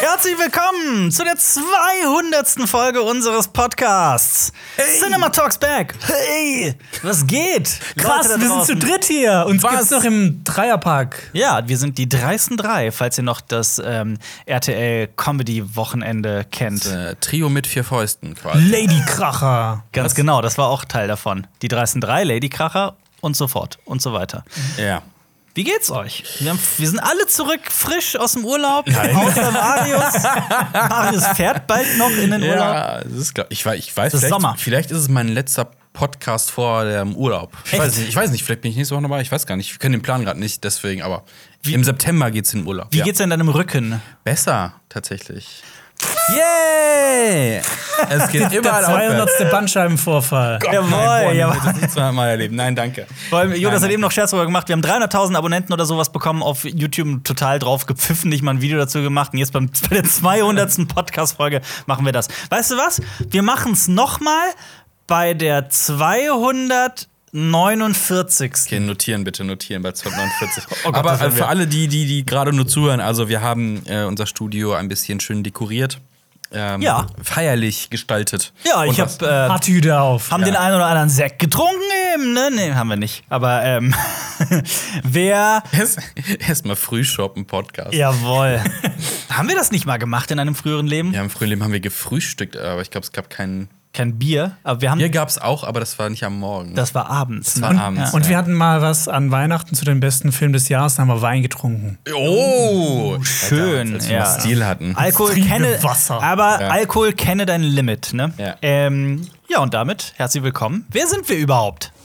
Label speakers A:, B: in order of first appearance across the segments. A: Herzlich willkommen zu der 200. Folge unseres Podcasts. Cinema Talks Back. Hey, was geht?
B: Krass,
A: Leute da
B: wir sind zu
A: draußen.
B: dritt hier. Uns
A: Was?
B: gibt's noch im Dreierpark.
A: Ja, wir sind die dreisten drei, falls ihr noch das ähm, RTL Comedy Wochenende kennt.
C: Äh, Trio mit vier Fäusten quasi.
B: Lady Kracher.
A: Ganz genau, das war auch Teil davon. Die dreisten drei, Lady Kracher und so fort und so weiter.
C: Ja.
A: Wie geht's euch? Wir, haben, wir sind alle zurück, frisch aus dem Urlaub, außer Marius. Marius fährt bald noch in den Urlaub.
C: Ja, das ist klar. Ich, wei- ich
A: Es
C: weiß,
A: ist
C: vielleicht,
A: Sommer.
C: vielleicht ist es mein letzter Podcast vor dem Urlaub. Ich
A: Echt?
C: weiß, nicht, ich weiß nicht, vielleicht bin ich nächste Woche dabei, ich weiß gar nicht. Wir kennen den Plan gerade nicht, deswegen, aber im September geht's in den Urlaub.
A: Wie
C: ja.
A: geht's denn deinem Rücken?
C: Besser, tatsächlich.
A: Yay!
C: Es geht
B: Der
C: überall
B: 200. Bandscheibenvorfall.
C: Gott,
A: Jawohl, jawohl.
C: nein, jawohl. Oh, Das nicht zweimal erleben. Nein, danke.
A: Vor allem, Jonas
C: Nein,
A: hat
C: nein.
A: eben noch Scherz darüber gemacht. Wir haben 300.000 Abonnenten oder sowas bekommen, auf YouTube total drauf gepfiffen, nicht mal ein Video dazu gemacht. Und jetzt beim, bei der 200. Podcast-Folge machen wir das. Weißt du was? Wir machen es nochmal bei der 249.
C: Okay, notieren bitte, notieren bei 249.
A: Oh Gott,
C: Aber
A: das
C: äh,
A: haben wir.
C: für alle die, die, die gerade nur zuhören, also wir haben äh, unser Studio ein bisschen schön dekoriert. Ähm,
A: Ja.
C: Feierlich gestaltet.
A: Ja, ich
C: Und was-
A: hab, äh, haben
B: Attitüde auf.
A: den einen oder anderen Sekt getrunken eben, ne? Nee, haben wir nicht. Aber ähm, wer.
C: Erst- Erstmal Frühshoppen Podcast.
A: Jawohl. haben wir das nicht mal gemacht in einem früheren Leben?
C: Ja, im Frühleben haben wir gefrühstückt, aber ich glaube, es gab keinen.
A: Kein Bier, aber wir haben.
C: Hier gab es auch, aber das war nicht am Morgen.
A: das war abends.
C: war
A: ne?
C: abends.
B: Und wir hatten mal was an Weihnachten zu den besten Filmen des Jahres, da haben wir Wein getrunken.
C: oh,
A: Schön,
C: Als wir
A: ja.
C: noch Stil hatten.
A: Alkohol
B: Friede
A: kenne,
B: Wasser.
A: aber
C: Ja.
A: Alkohol kenne dein Limit, ne?
C: Ja.
A: Ähm, ja, und damit herzlich willkommen. Wer sind wir überhaupt?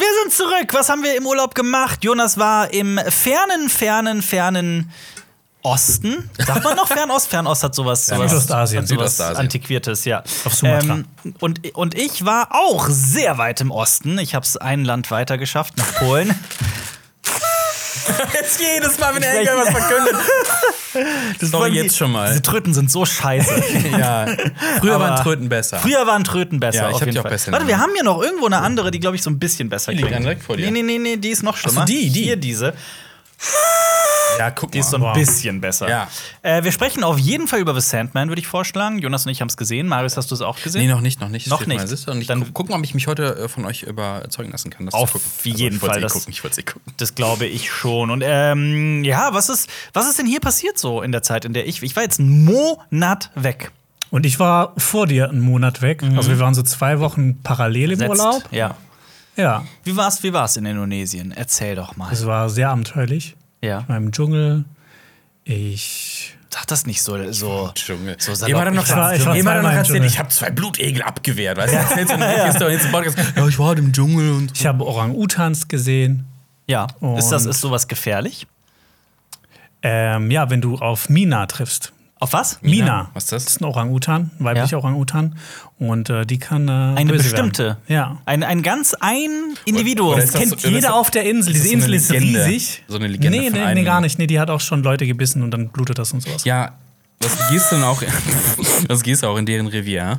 A: Wir sind zurück. Was haben wir im Urlaub gemacht? Jonas war im fernen, fernen, fernen Osten. Sagt man noch Fernost? Fernost hat sowas. sowas
B: Südostasien.
A: hat sowas
C: Südostasien.
A: Antiquiertes, ja. Ähm,
B: Auf Sumatra.
A: und, und ich war auch sehr weit im Osten. Ich habe es ein Land weiter geschafft, nach Polen.
C: Jetzt jedes Mal, wenn
A: er irgendwas
C: verkündet.
A: Das
C: Sorry,
A: waren die-
C: jetzt schon mal.
A: Diese Tröten sind so scheiße.
C: ja. Früher
A: Aber-
C: waren Tröten besser.
A: Früher waren Tröten besser.
C: Ja, ich
A: auf
C: hab
A: jeden
C: die auch
A: Fall.
C: besser
A: Warte, wir
C: gemacht.
A: haben ja noch irgendwo eine andere, die, glaube ich, so ein bisschen besser
C: Die liegt dann direkt vor dir.
A: Nee, nee, nee, nee, die ist noch schlimmer.
C: die, die.
A: Hier diese.
C: Ja, guck
A: Die
C: mal.
A: ist so ein
B: Wow.
A: bisschen besser.
C: Ja.
A: Äh, wir sprechen auf jeden Fall über The Sandman, würde ich vorschlagen. Jonas und ich haben es gesehen. Marius, hast du es auch gesehen?
C: Nee, noch nicht, noch nicht. Es
A: Noch
C: steht auf meiner
A: nicht.
C: Liste Und ich
A: Dann-
C: gu gucken, ob ich mich heute äh, von euch überzeugen lassen kann. Das
A: Auf
C: zu gucken.
A: jeden
C: ich wollt's
A: Fall,
C: Eh
A: das-
C: gucken, ich wollte eh gucken.
A: Das glaube ich schon. Und ähm, ja, was ist, was ist denn hier passiert so in der Zeit, in der ich. Ich war jetzt einen Monat weg.
B: Und ich war vor dir einen Monat weg. Also wir waren so zwei Wochen parallel im Urlaub.
A: Ja.
B: Ja,
A: Wie war's, wie war's in Indonesien? Erzähl doch mal.
B: es war sehr abenteuerlich.
A: Ja.
B: Ich war im Dschungel. Ich
A: Sag das nicht so. so.
C: Dschungel.
A: So salopp.
C: immer dann noch,
A: Ich war-
B: ich war
C: immer
B: zweimal
C: dann noch
B: im
C: erzählt,
B: Dschungel.
C: ich habe zwei Blutegel abgewehrt. Weißt du, erzählst du und jetzt gehst du jetzt im Podcast. Ja, ich war halt im Dschungel und
B: Ich habe Orang-Utans gesehen.
A: Ja. Ist das
B: Und-
A: ist sowas gefährlich?
B: Ähm, ja, wenn du auf Mina triffst.
A: Auf was?
B: Mina.
C: Was ist das?
B: ist ein Orang-Utan, ein weiblicher
A: Ja.
B: Orang-Utan. Und äh, die kann. Äh,
A: Eine
B: böse
A: bestimmte.
B: Werden. Ja.
A: Ein, ein ganz ein Individuum.
C: Oder ist das
B: Kennt
C: so- oder ist
B: jeder
C: das-
B: auf der Insel.
C: ist
B: Diese
C: das so
B: Insel
C: eine
B: ist
C: Legende?
B: riesig.
C: So eine Legende
B: Nee,
C: von
B: nee,
C: einem-
B: nee, gar nicht. Nee, die hat auch schon Leute gebissen und dann blutet das und sowas.
C: Ja, das gehst du dann auch, das gehst du auch in deren Revier.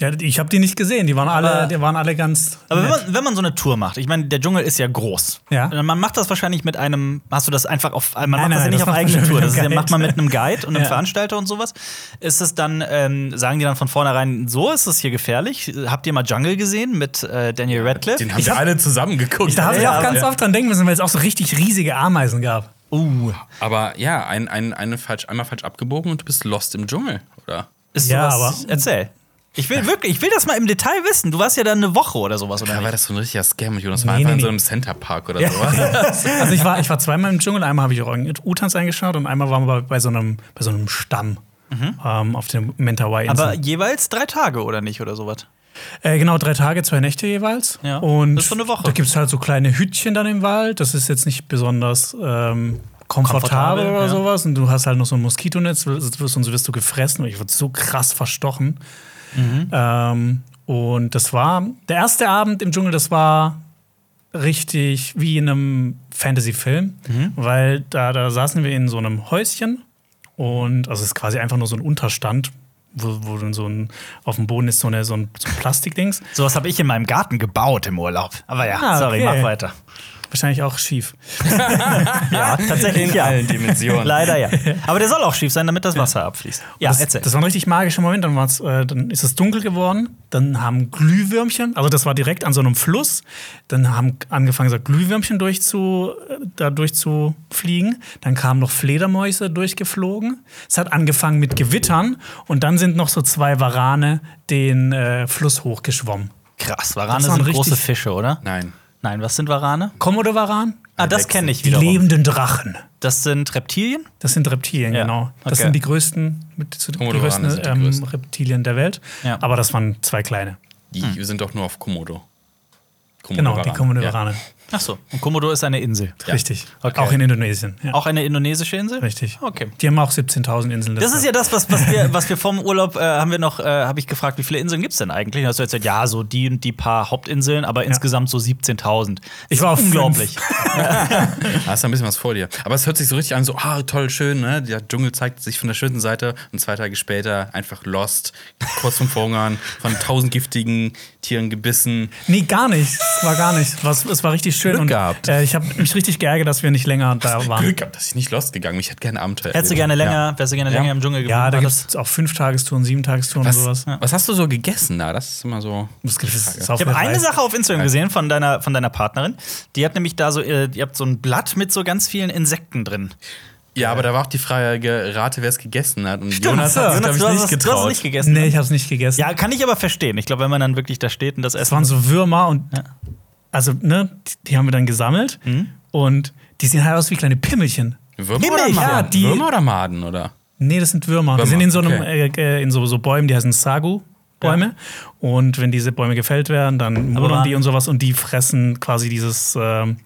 B: Ja, ich habe die nicht gesehen. Die waren alle, die waren alle ganz.
A: Aber wenn
B: nett.
A: man, wenn man so eine Tour macht, ich meine, der Dschungel ist ja groß.
B: Ja.
A: Und Man macht das wahrscheinlich mit einem, hast du das einfach auf, man macht
B: Nein,
A: das ja
B: nein,
A: nicht
B: das
A: auf
B: macht man
A: eigene
B: schon
A: Tour,
B: mit
A: das ist,
B: einem
A: ja-
B: Guide.
A: macht man mit einem Guide und einem
B: Ja.
A: Veranstalter und sowas. Ist es dann, ähm, sagen die dann von vornherein, so ist es hier gefährlich? Habt ihr mal Jungle gesehen mit äh, Daniel Radcliffe?
C: Den haben wir alle zusammen geguckt.
B: Da habe ich
A: Ja,
B: auch ganz
A: ja.
B: oft dran denken müssen, weil es auch so richtig riesige Ameisen gab.
A: Uh,
C: Aber ja, ein, ein, eine falsch, einmal falsch abgebogen und du bist lost im Dschungel, oder?
A: ist
B: Ja,
A: sowas,
B: aber-
A: erzähl. Ich will wirklich, ich will das mal im Detail wissen. Du warst ja dann eine Woche oder sowas, oder
C: Da war
A: nicht?
C: das so ein richtiger Scam und Jonas
B: Nee,
C: war einfach
B: nee,
C: in so
B: nee.
C: einem Center Park oder sowas.
B: Also ich war, ich war zweimal im Dschungel, einmal habe ich Orang-Utans eingeschaut und einmal waren wir bei, bei, so, einem, bei so einem Stamm ähm, auf dem Mentawai-Insel.
A: Mhm. Aber jeweils drei Tage oder nicht oder sowas.
B: Äh, genau, drei Tage, zwei Nächte jeweils.
A: Ja,
B: Und
A: das ist schon eine Woche.
B: Da gibt es halt so kleine Hütchen dann im Wald. Das ist jetzt nicht besonders ähm, komfortabel,
A: Komfortabel,
B: oder
A: ja.
B: sowas und du hast halt noch so ein Moskitonetz wirst- und so wirst du gefressen und ich wurde so krass verstochen.
A: Mhm.
B: Ähm, und das war der erste Abend im Dschungel, das war richtig wie in einem Fantasy-Film,
A: Mhm.
B: weil da, da saßen wir in so einem Häuschen und also es ist quasi einfach nur so ein Unterstand, wo, wo dann so ein, auf dem Boden ist so, eine, so ein, so ein Plastikdings.
A: Sowas habe ich in meinem Garten gebaut im Urlaub. Aber ja,
B: Ah,
A: sorry,
B: okay.
A: mach weiter.
B: Wahrscheinlich auch schief.
A: Ja, tatsächlich
C: In
A: ja.
C: allen Dimensionen.
A: Leider ja. Aber der soll auch schief sein, damit das Wasser abfließt. Ja,
B: das,
A: erzähl.
B: das war ein richtig magischer Moment. Dann, war's, äh, dann ist es dunkel geworden. Dann haben Glühwürmchen, also das war direkt an so einem Fluss, dann haben angefangen, so Glühwürmchen durch zu, äh, da durchzufliegen. Dann kamen noch Fledermäuse durchgeflogen. Es hat angefangen mit Gewittern und dann sind noch so zwei Warane den äh, Fluss hochgeschwommen.
A: Krass,
B: das
A: Warane
B: waren
A: sind
B: richtig-
A: große Fische, oder?
C: Nein.
A: Nein, was sind Warane?
B: Komodo-Waran?
A: Ah, das kenne ich
B: Die
A: wiederum.
B: lebenden Drachen.
A: Das sind Reptilien?
B: Das sind Reptilien,
A: Ja,
B: genau. Das
A: okay.
B: sind die größten, mit, zu, die
C: Komodo-Warane
B: größten,
C: sind die
B: ähm,
C: größten.
B: Reptilien der Welt.
A: Ja.
B: Aber das waren zwei kleine.
C: Die sind doch nur auf Komodo. Komodo
B: Genau, die Komodo-Warane.
A: Ach so. Und Komodo ist eine Insel.
C: Ja.
B: Richtig.
A: Okay.
B: Auch in Indonesien. Ja.
A: Auch eine indonesische Insel?
B: Richtig.
A: Okay.
B: Die haben auch 17.000 Inseln.
A: Das ist ja das, was, was wir, was wir vom Urlaub äh, haben wir noch, äh, habe ich gefragt, wie viele Inseln gibt es denn eigentlich? Und hast du erzählt, ja, so die und die paar Hauptinseln, aber insgesamt so 17.000.
B: Ich war auf
A: unglaublich.
C: Da hast du ein bisschen was vor dir. Aber es hört sich so richtig an, so, ah, toll, schön, ne? Der Dschungel zeigt sich von der schönen Seite und zwei Tage später einfach lost, kurz zum Verhungern, von tausend giftigen Tieren gebissen.
B: Nee, gar nicht. Es war gar nicht. Was, es war richtig schön.
C: Glück
B: und,
C: gehabt.
B: Äh, ich habe mich richtig geärgert, dass wir nicht länger da waren.
C: Glück gehabt, dass ich nicht lost gegangen bin. Ich hätte gerne Abenteuer.
A: Hättest du gerne
C: erlebt.
A: länger, wärst du gerne
C: Ja.
A: länger im Dschungel gewesen?
B: Ja, da
A: War
B: gibt
A: das-
B: es auch Fünftagestouren, Siebentagestouren und
C: Ja.
B: sowas.
C: Was, was hast du so gegessen da? Das ist immer so.
B: Das gibt es
C: Ich
B: auf
A: Ich habe
B: der
A: eine
B: Reise.
A: Sache auf Instagram gesehen von deiner, von deiner Partnerin. Die hat nämlich da so, äh, ihr habt so ein Blatt mit so ganz vielen Insekten drin.
C: Ja, aber da war auch die Frage, rate, wer es gegessen hat. Und
A: Jonas,
C: Jonas hat es, glaube
A: du hast
C: ich, nicht
A: es- Du hast es
C: getraut.
A: nicht gegessen. ne?
B: Nee, ich habe es nicht gegessen.
A: Ja, kann ich aber verstehen. Ich glaube, wenn man dann wirklich da steht und das
B: Es
A: Essen.
B: waren so Würmer und
A: Ja. Mhm.
B: also, ne, die- die haben wir dann gesammelt und die sehen halt aus wie kleine Pimmelchen.
C: Würmer oder,
B: Himmel, ja,
C: Maden?
B: die-
C: Würmer oder Maden, oder?
B: Nee, das sind Würmer.
C: Würmer,
B: Die sind in so einem
C: okay.
B: äh, äh, in so, so Bäumen, die heißen Sagu. Bäume. Und wenn diese Bäume gefällt werden, dann mudern
A: waren-
B: die und sowas und die fressen quasi dieses, ähm,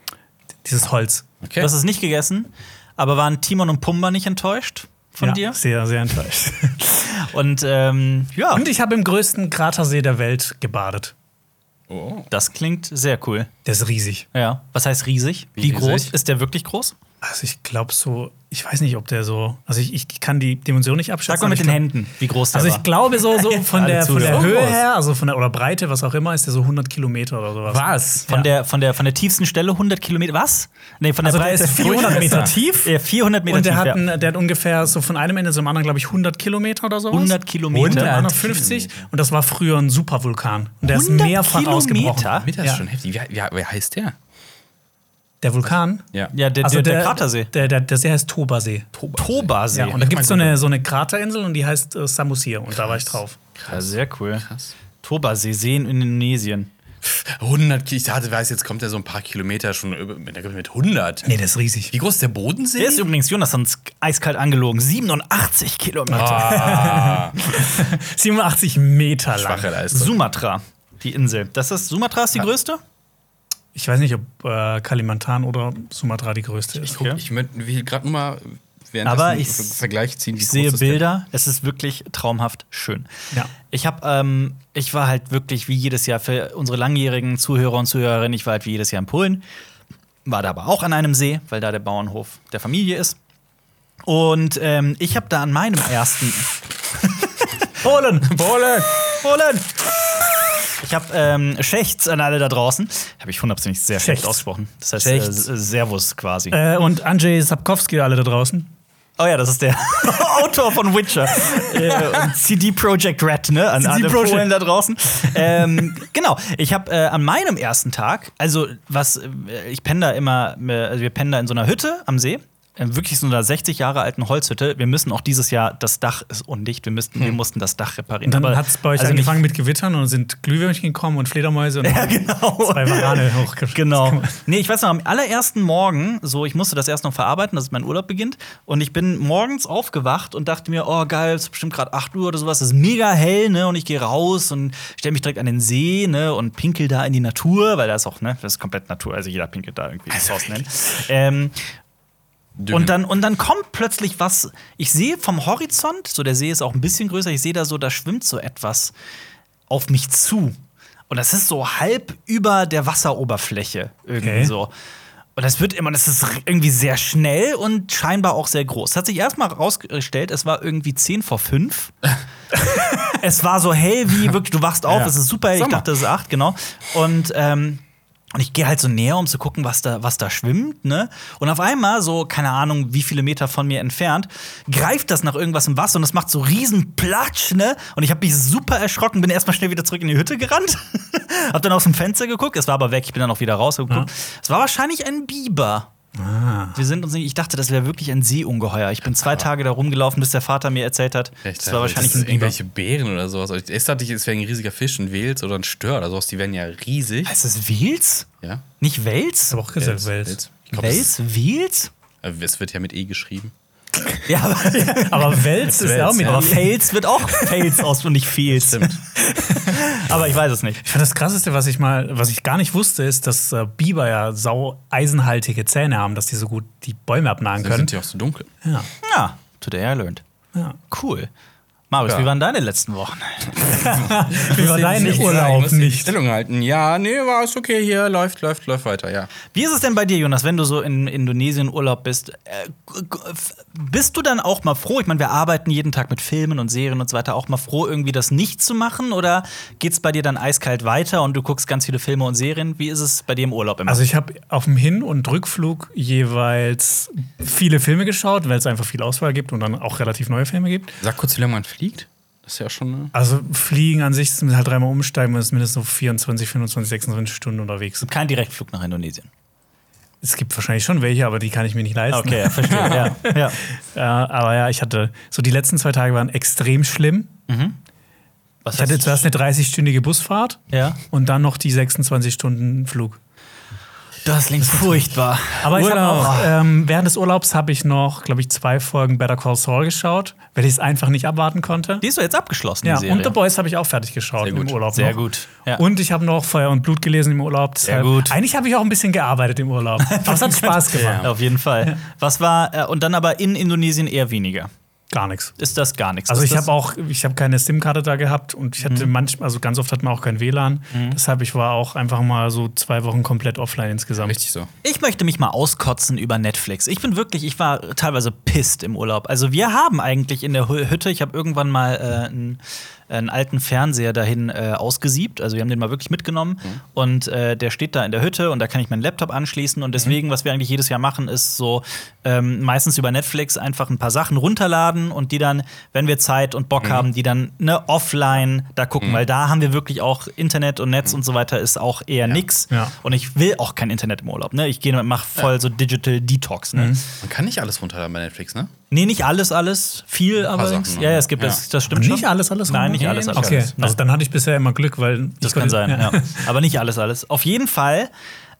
B: dieses Holz.
C: Okay.
A: Du hast es nicht gegessen. Aber waren Timon und Pumba nicht enttäuscht von
B: ja,
A: dir?
B: Sehr, sehr enttäuscht.
A: Und ähm, ja,
B: und ich habe im größten Kratersee der Welt gebadet.
C: oh.
A: das klingt sehr cool.
B: Der ist riesig.
A: Ja. Was heißt riesig? Wie,
C: Wie riesig?
A: groß? Ist der wirklich groß?
B: Also ich glaube so, ich weiß nicht, ob der so. Also ich, ich kann die Dimension nicht abschätzen.
A: Sag mal mit
B: aber
A: den
B: ich glaub-
A: Händen, wie groß der
B: Also ich
A: war.
B: glaube so, so von
A: Alle
B: der, von der
A: Zuhörer.
B: Höhe her, also von der oder Breite, was auch immer, ist der so 100 Kilometer oder sowas.
C: Was?
A: Von, der, von, der, von der tiefsten Stelle 100 Kilometer. Was? Nee, von der
B: Also der
A: Breite
B: ist 400 Meter tief
A: Ja, 400 Meter
B: und der
A: tief.
B: hat,
A: ja.
B: ein, der hat ungefähr so von einem Ende zum anderen, glaube ich, 100 Kilometer oder sowas.
A: 100 Kilometer.
B: 150 und das war früher ein Supervulkan und der ist
A: 100
B: mehrfach
A: Kilometer?
B: ausgebrochen.
C: Mit das
B: Ja.
C: ist schon heftig. Wie, wie, wer heißt der?
B: Der Vulkan?
A: Ja, der, der, der Kratersee.
B: Also Der, der, der See heißt Tobasee.
A: Tobasee.
B: Ja, und da gibt es so eine, so eine Kraterinsel und die heißt äh, Samosir und da war ich drauf.
A: Ja, sehr cool.
C: Krass.
A: Tobasee, Seen in Indonesien.
C: 100 Ki- Ich dachte, weiß jetzt kommt er so ein paar Kilometer schon über- mit mit 100.
B: Nee, der ist riesig.
C: Wie groß ist der Bodensee?
A: Der ist übrigens, Jonas hat uns eiskalt angelogen, 87 Kilometer.
C: ah,
B: 87 Meter lang.
C: schwache Leistung.
A: Sumatra, die Insel. Das ist, Sumatra ist die größte?
B: Ich weiß nicht, ob äh, Kalimantan oder Sumatra die größte ist.
A: Okay.
C: Ich möchte will gerade nur mal während
A: Aber
C: einen
A: ich-
C: Ver- Vergleich ziehen. wie
A: Ich
C: groß
A: sehe
C: ist der-
A: Bilder, es ist wirklich traumhaft schön.
B: Ja.
A: Ich habe, ähm, ich war halt wirklich wie jedes Jahr für unsere langjährigen Zuhörer und Zuhörerinnen, ich war halt wie jedes Jahr in Polen, war da aber auch an einem See, weil da der Bauernhof der Familie ist. Und ähm, ich habe da an meinem ersten Polen, Polen, Polen. Ich habe ähm, Schächts an alle da draußen. Habe ich hundertprozentig sehr schlecht
B: Schächts.
A: ausgesprochen. Das heißt äh,
B: Schächts.
A: Servus quasi.
B: Äh, und Andrzej Sapkowski, alle da draußen.
A: Oh ja, das ist der Autor von Witcher. äh, und CD Projekt Red, ne? An
B: CD
A: alle
B: Projekt.
A: Polen da draußen. ähm, genau, ich habe äh, an meinem ersten Tag, also was, äh, ich penne da immer, äh, also wir pennen da in so einer Hütte am See. äh, Wirklich so einer 60 Jahre alten Holzhütte. Wir müssen auch dieses Jahr, das Dach ist undicht, wir, müssten, wir mussten das Dach reparieren.
B: Hm. Und dann
A: Aber-
B: hat es bei euch
A: also nicht-
B: angefangen mit Gewittern und sind Glühwürmchen gekommen und Fledermäuse und
A: Ja, genau.
B: zwei Warane hochgeschickt.
A: Genau. Nee, ich weiß noch, am allerersten Morgen, so, ich musste das erst noch verarbeiten, dass mein Urlaub beginnt. Und ich bin morgens aufgewacht und dachte mir, oh geil, es ist bestimmt gerade 8 Uhr oder sowas, es ist mega hell, ne? Und ich gehe raus und stelle mich direkt an den See, ne? Und pinkel da in die Natur, weil da ist auch, ne? Das ist komplett Natur, also jeder pinkelt da irgendwie also raus. Ähm,
C: Düngen.
A: Und dann, und dann kommt plötzlich was. Ich sehe vom Horizont, so der See ist auch ein bisschen größer, ich sehe da so, da schwimmt so etwas auf mich zu. Und das ist so halb über der Wasseroberfläche irgendwie
B: Okay.
A: so. Und das wird immer, das ist r- irgendwie sehr schnell und scheinbar auch sehr groß. Hat sich erstmal rausgestellt, es war irgendwie 10 vor 5. es war so hell wie wirklich, du wachst auf,
B: Ja.
A: es ist super, ich
C: Sommer.
A: dachte, es ist 8, genau. Und ähm, und ich gehe halt so näher, um zu gucken, was da, was da schwimmt, ne? Und auf einmal, so, keine Ahnung, wie viele Meter von mir entfernt, greift das nach irgendwas im Wasser und das macht so riesen Platsch, ne? Und ich habe mich super erschrocken, bin erstmal schnell wieder zurück in die Hütte gerannt, hab dann aus dem Fenster geguckt, es war aber weg, ich bin dann auch wieder rausgeguckt. Es war wahrscheinlich ein Biber.
C: Ah.
A: Wir sind uns nicht, ich dachte, das wäre wirklich ein Seeungeheuer. Ich bin zwei Tage da rumgelaufen, bis der Vater mir erzählt hat,
C: Vielleicht
A: das war wahrscheinlich
C: das
A: ein
C: ist
A: Biber.
C: irgendwelche Bären oder sowas. Ich erst dachte ich, es wäre ein riesiger Fisch, ein Wels oder ein Stör oder sowas. Die wären ja riesig.
A: Heißt das Wils?
C: Ja.
A: Nicht Wels?
B: habe auch gesagt, Wels.
C: Ich glaub, das-
A: Wels? Wils?
C: äh, Es wird ja mit E geschrieben.
A: Ja, aber
B: Aber Wels ist ja auch
C: Wels,
B: mit.
C: ja.
A: Aber Fails wird auch Fails aus und nicht Feels.
C: Stimmt.
A: Aber ich weiß es nicht.
B: Ich fand das krasseste, was ich mal, was ich gar nicht wusste, ist, dass äh, Biber ja sau eisenhaltige Zähne haben, dass die so gut die Bäume abnagen
C: Dann
B: können.
C: sind die auch so dunkel.
B: Ja.
A: Ja, today I learned.
B: ja.
A: Cool. Marius,
C: Ja.
A: wie waren deine letzten Wochen?
B: Wie war dein
C: Ich muss
B: Urlaub
C: die
B: nicht?
C: Stellung halten. Ja, nee, war es okay hier. Läuft, läuft, läuft weiter, ja.
A: Wie ist es denn bei dir, Jonas, wenn du so in Indonesien Urlaub bist? Äh, g- g- f- bist du dann auch mal froh? Ich meine, wir arbeiten jeden Tag mit Filmen und Serien und so weiter, auch mal froh, irgendwie das nicht zu machen? Oder geht es bei dir dann eiskalt weiter und du guckst ganz viele Filme und Serien? Wie ist es bei dir im Urlaub immer?
B: Also ich habe auf dem Hin- und Rückflug jeweils viele Filme geschaut, weil es einfach viel Auswahl gibt und dann auch relativ neue Filme gibt.
C: Sag kurz, wie lange man fliegt. Das ist ja auch schon. ne? eine-
B: Also Fliegen an sich sind halt dreimal umsteigen, man ist mindestens so 24, 25, 26 Stunden unterwegs.
A: Kein Direktflug nach Indonesien.
B: Es gibt wahrscheinlich schon welche, aber die kann ich mir nicht leisten.
A: Okay, ja, verstehe. ja, ja.
B: Äh, aber ja, ich hatte so die letzten zwei Tage waren extrem schlimm.
A: Was
B: Ich hatte
A: heißt-
B: zuerst eine 30-stündige Busfahrt
A: Ja.
B: und dann noch die 26 Stunden Flug.
A: Das klingt furchtbar.
B: Aber ich hab
A: Urlaub.
B: auch, ähm, während des Urlaubs habe ich noch, glaube ich, zwei Folgen Better Call Saul geschaut, weil ich es einfach nicht abwarten konnte.
A: Die ist doch jetzt abgeschlossen, die
B: Ja,
A: Serie.
B: und The Boys habe ich auch fertig geschaut
C: Sehr gut,
B: im Urlaub.
A: Sehr
B: noch.
A: gut. Ja.
B: Und ich habe noch Feuer und Blut gelesen im Urlaub. Deshalb,
A: gut.
B: Eigentlich habe ich auch ein bisschen gearbeitet im Urlaub. Aber es hat Spaß gemacht.
A: Ja, auf jeden Fall. Was war, äh, und dann aber in Indonesien eher weniger.
B: Gar nichts.
A: Ist das gar nichts?
B: Also
A: Ist
B: ich
A: das- Mhm.
B: habe auch, ich habe keine SIM-Karte da gehabt und ich hatte manchmal, also ganz oft hat man auch kein WLAN. Deshalb ich war auch einfach mal so zwei Wochen komplett offline insgesamt.
C: Richtig so.
A: Ich möchte mich mal auskotzen über Netflix. Ich bin wirklich, ich war teilweise pisst im Urlaub. Also wir haben eigentlich in der Hü- Hütte, ich habe irgendwann mal äh, einen, einen alten Fernseher dahin äh, ausgesiebt. Also wir haben den mal wirklich mitgenommen
B: Mhm.
A: und äh, der steht da in der Hütte und da kann ich meinen Laptop anschließen.
B: Mhm.
A: Und deswegen, was wir eigentlich jedes Jahr machen, ist so ähm, meistens über Netflix einfach ein paar Sachen runterladen und die dann, wenn wir Zeit und
B: Mhm.
A: Bock haben, die dann ne, offline da gucken. Weil da haben wir wirklich auch Internet und Netz und so weiter ist auch eher nix.
B: Mhm. Ja.
A: Und ich will auch kein Internet im Urlaub. Ne? Ich gehe und mache voll so Digital Detox. Ne?
C: Man kann nicht alles runterladen bei Netflix, ne?
A: Nee, nicht alles, alles. Viel allerdings.
C: Sachen,
A: ja, ja, es gibt
C: ja.
A: das, das stimmt
B: Nicht
A: schon.
B: alles, alles?
A: Nein,
B: Roman?
A: nicht
B: Nee,
A: alles, alles.
B: Okay,
A: Nein.
B: also dann hatte ich bisher immer Glück, weil
A: Das
B: ich
A: kann
B: konnte-
A: sein, ja. Aber nicht alles, alles. Auf jeden Fall.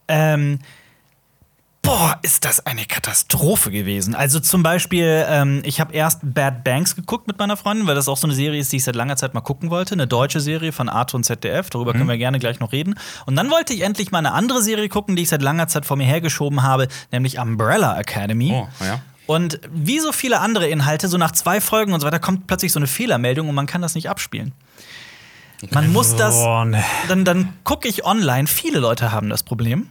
A: Ähm, boah, ist das eine Katastrophe gewesen. Also zum Beispiel, ähm, ich habe erst Bad Banks geguckt mit meiner Freundin, weil das auch so eine Serie ist, die ich seit langer Zeit mal gucken wollte. Eine deutsche Serie von Arte und ZDF. Darüber können wir gerne gleich noch reden. Und dann wollte ich endlich mal eine andere Serie gucken, die ich seit langer Zeit vor mir hergeschoben habe, nämlich Umbrella Academy.
C: Oh, ja.
A: Und wie so viele andere Inhalte, so nach zwei Folgen und so weiter, kommt plötzlich so eine Fehlermeldung und man kann das nicht abspielen. Man muss das
B: Boah, ne. nee.
A: dann, dann gucke ich online. Viele Leute haben das Problem.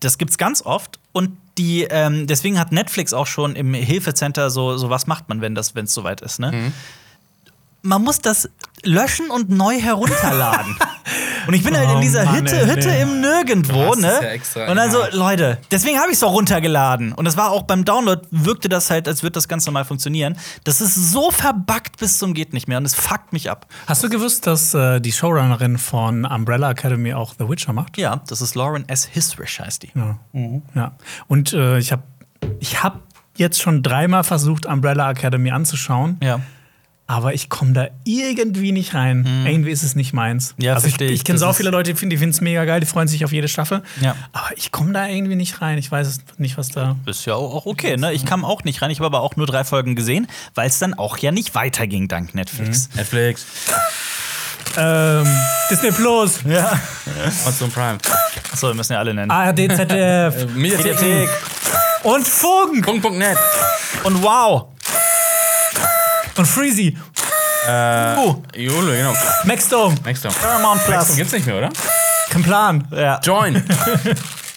A: Das gibt's ganz oft. Und die, ähm, deswegen hat Netflix auch schon im Hilfecenter so, so was macht man, wenn das, wenn es soweit ist, ne?
B: Mhm.
A: Man muss das löschen und neu herunterladen. und ich bin halt in
B: Oh,
A: dieser
B: Mann,
A: Hütte,
B: ey,
A: Hütte
B: nee.
A: im Nirgendwo,
C: hast es
A: ne?
C: ja extra,
A: und also,
C: ja.
A: Leute, deswegen habe ich es auch runtergeladen. Und das war auch beim Download, wirkte das halt, als würde das ganz normal funktionieren. Das ist so verbuggt bis zum geht nicht mehr und es fuckt mich ab.
B: Hast du gewusst, dass äh, die Showrunnerin von Umbrella Academy auch The Witcher macht?
A: Ja, das ist Lauren S. Hisrich, heißt die.
B: Ja.
A: Mhm.
B: ja. Und äh, ich habe ich hab jetzt schon dreimal versucht, Umbrella Academy anzuschauen,
A: Ja.
B: aber ich komme da irgendwie nicht rein. Irgendwie ist es nicht meins.
A: Mhm. Ja,
B: also ich,
A: versteh ich.
B: ich kenne
A: Das
B: so
A: ist-
B: viele Leute, die finden es mega geil, die freuen sich auf jede Staffel.
A: Ja.
B: Aber ich komme da irgendwie nicht rein. Ich weiß es nicht, was da.
A: Ist ja auch okay, ne? Ich kam auch nicht rein. Ich habe aber auch nur drei Folgen gesehen, weil es dann auch ja nicht weiterging dank Netflix.
C: Netflix,
B: Ähm, Disney Plus,
A: Ja.
C: Amazon Prime. Mhm.
A: Achso, wir müssen ja alle nennen.
B: ARD, ZDF.
C: Mediathek.
B: Und Funk
C: Punkt, Punkt, net.
B: und Wow. Und Freezy. Oh,
C: Jule, genau.
B: Max Dome.
C: Next Time.
A: Äh. Paramount
C: Next
A: Plus.
C: gibt's nicht mehr, oder?
B: Kemplan.
A: Ja.
C: Join.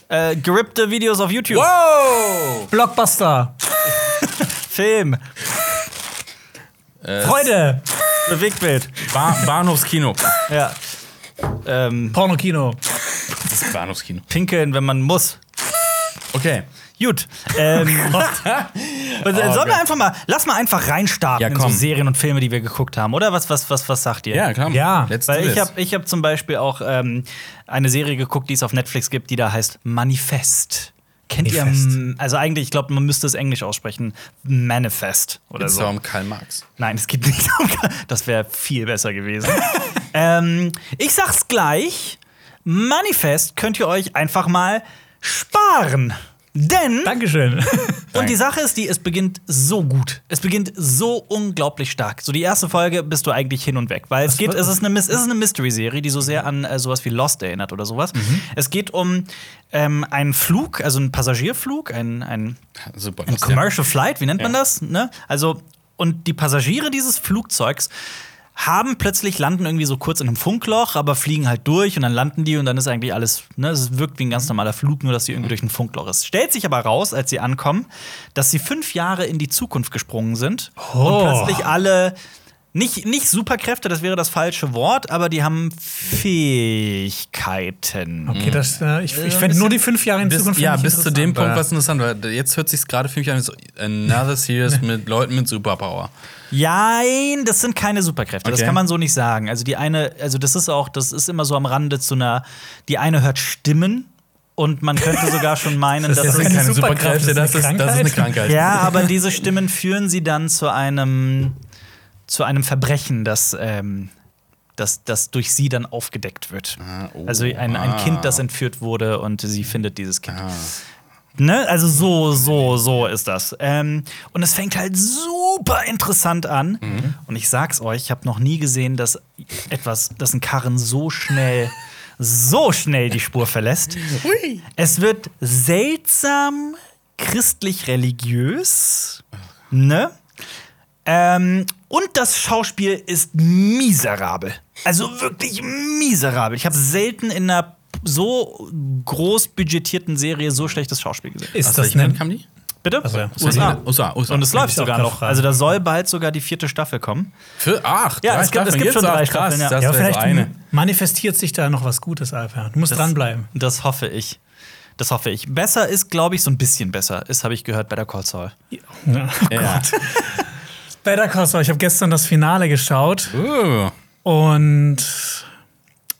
A: Äh, gerippte Videos auf YouTube.
C: Wow!
B: Blockbuster.
A: Film.
B: Freude.
A: Bewegtbild.
C: Ba Bahnhofskino.
A: Ja. Ähm,
B: Pornokino.
C: Das ist Bahnhofskino.
A: pinkeln, wenn man muss.
C: Okay.
A: Gut.
C: Oh
A: Ähm, sollen wir einfach mal, lass mal einfach reinstarten
C: Ja,
A: in so
C: komm.
A: Serien und Filme, die wir geguckt haben, oder? Was, was, was, was sagt ihr?
C: Ja, klar.
B: Ja,
C: Let's do
A: Weil ich
C: this.
A: habe ich hab zum Beispiel auch ähm, eine Serie geguckt, die es auf Netflix gibt, die da heißt Manifest. Kennt
B: Manifest.
A: ihr? m- Also eigentlich, ich glaube, man müsste es Englisch aussprechen. Manifest oder
C: Geht's
A: so.
C: da um Karl Marx.
A: Nein, es geht nicht um. Das wäre viel besser gewesen. ähm, ich sag's gleich: Manifest könnt ihr euch einfach mal sparen. Denn,
B: Dankeschön.
A: und die Sache ist die, es beginnt so gut. Es beginnt so unglaublich stark. So die erste Folge bist du eigentlich hin und weg. Weil es geht,
B: war-
A: es ist eine, Mis- es ist eine Mystery-Serie, die so sehr an äh, sowas wie Lost erinnert oder sowas. Es geht um ähm, einen Flug, also einen Passagierflug, einen, einen
C: Super.
A: ein
C: das-
A: Commercial Flight, wie nennt man
C: Ja.
A: das? Ne? Also, und die Passagiere dieses Flugzeugs haben plötzlich, landen irgendwie so kurz in einem Funkloch, aber fliegen halt durch und dann landen die und dann ist eigentlich alles, ne, es wirkt wie ein ganz normaler Flug, nur dass sie irgendwie durch ein Funkloch ist. Stellt sich aber raus, als sie ankommen, dass sie fünf Jahre in die Zukunft gesprungen sind und
B: Oh.
A: plötzlich alle. Nicht, nicht Superkräfte, das wäre das falsche Wort, aber die haben Fähigkeiten.
B: Okay, das, äh, ich ich
C: ein
B: fände nur die fünf Jahre in
C: Bis,
B: Zukunft.
C: ja,
B: fänd ich
C: bis zu dem
B: interessant,
C: Punkt,
B: aber-
C: was interessant war. Jetzt hört sich gerade für mich an, so another series mit Leuten mit Superpower.
A: Jein, das sind keine Superkräfte. Das
C: Okay.
A: kann man so nicht sagen. Also die eine, also das ist auch, das ist immer so am Rande zu einer, die eine hört Stimmen und man könnte sogar schon meinen, dass
B: Das
A: es
B: ist keine Superkraft,
C: das ist, das ist eine Krankheit.
A: ja, aber diese Stimmen führen sie dann zu einem zu einem Verbrechen, das ähm, das, das durch sie dann aufgedeckt wird.
C: Ah, oh,
A: also ein, ein
C: ah.
A: Kind, das entführt wurde und sie findet dieses Kind. Ne? Also so, so, so ist das. Ähm, und es fängt halt super interessant an. Und ich sag's euch, ich habe noch nie gesehen, dass etwas, dass ein Karren so schnell, so schnell die Spur verlässt. Es wird seltsam christlich-religiös. Ne? Ähm, und das Schauspiel ist miserabel. Also wirklich miserabel. Ich habe selten in einer so groß budgetierten Serie so schlechtes Schauspiel gesehen.
B: Ist
C: Aus
B: das
C: welchem Land
B: ne?
C: kam die?
A: Bitte?
B: Also, ja.
A: USA.
C: USA, USA.
A: Und es läuft
B: ich auch
A: sogar
B: grad
A: noch.
B: fragen.
A: Also da soll bald sogar die vierte Staffel kommen.
C: Für acht.
A: Ja,
C: drei
A: es gibt- es gibt
C: Jetzt
A: schon drei
C: acht,
A: Staffeln, ja.
C: Krass,
B: Ja,
C: das wäre
B: vielleicht
C: so eine.
B: manifestiert sich da noch was Gutes, Alper. Du musst dranbleiben.
A: Das hoffe ich. Das hoffe ich. Besser ist, glaube ich, so ein bisschen besser. Ist, habe ich gehört, bei der Call Saul.
B: Ja.
C: Ja.
B: Oh Better Call Saul. Ich habe gestern das Finale geschaut
C: Uh,
B: und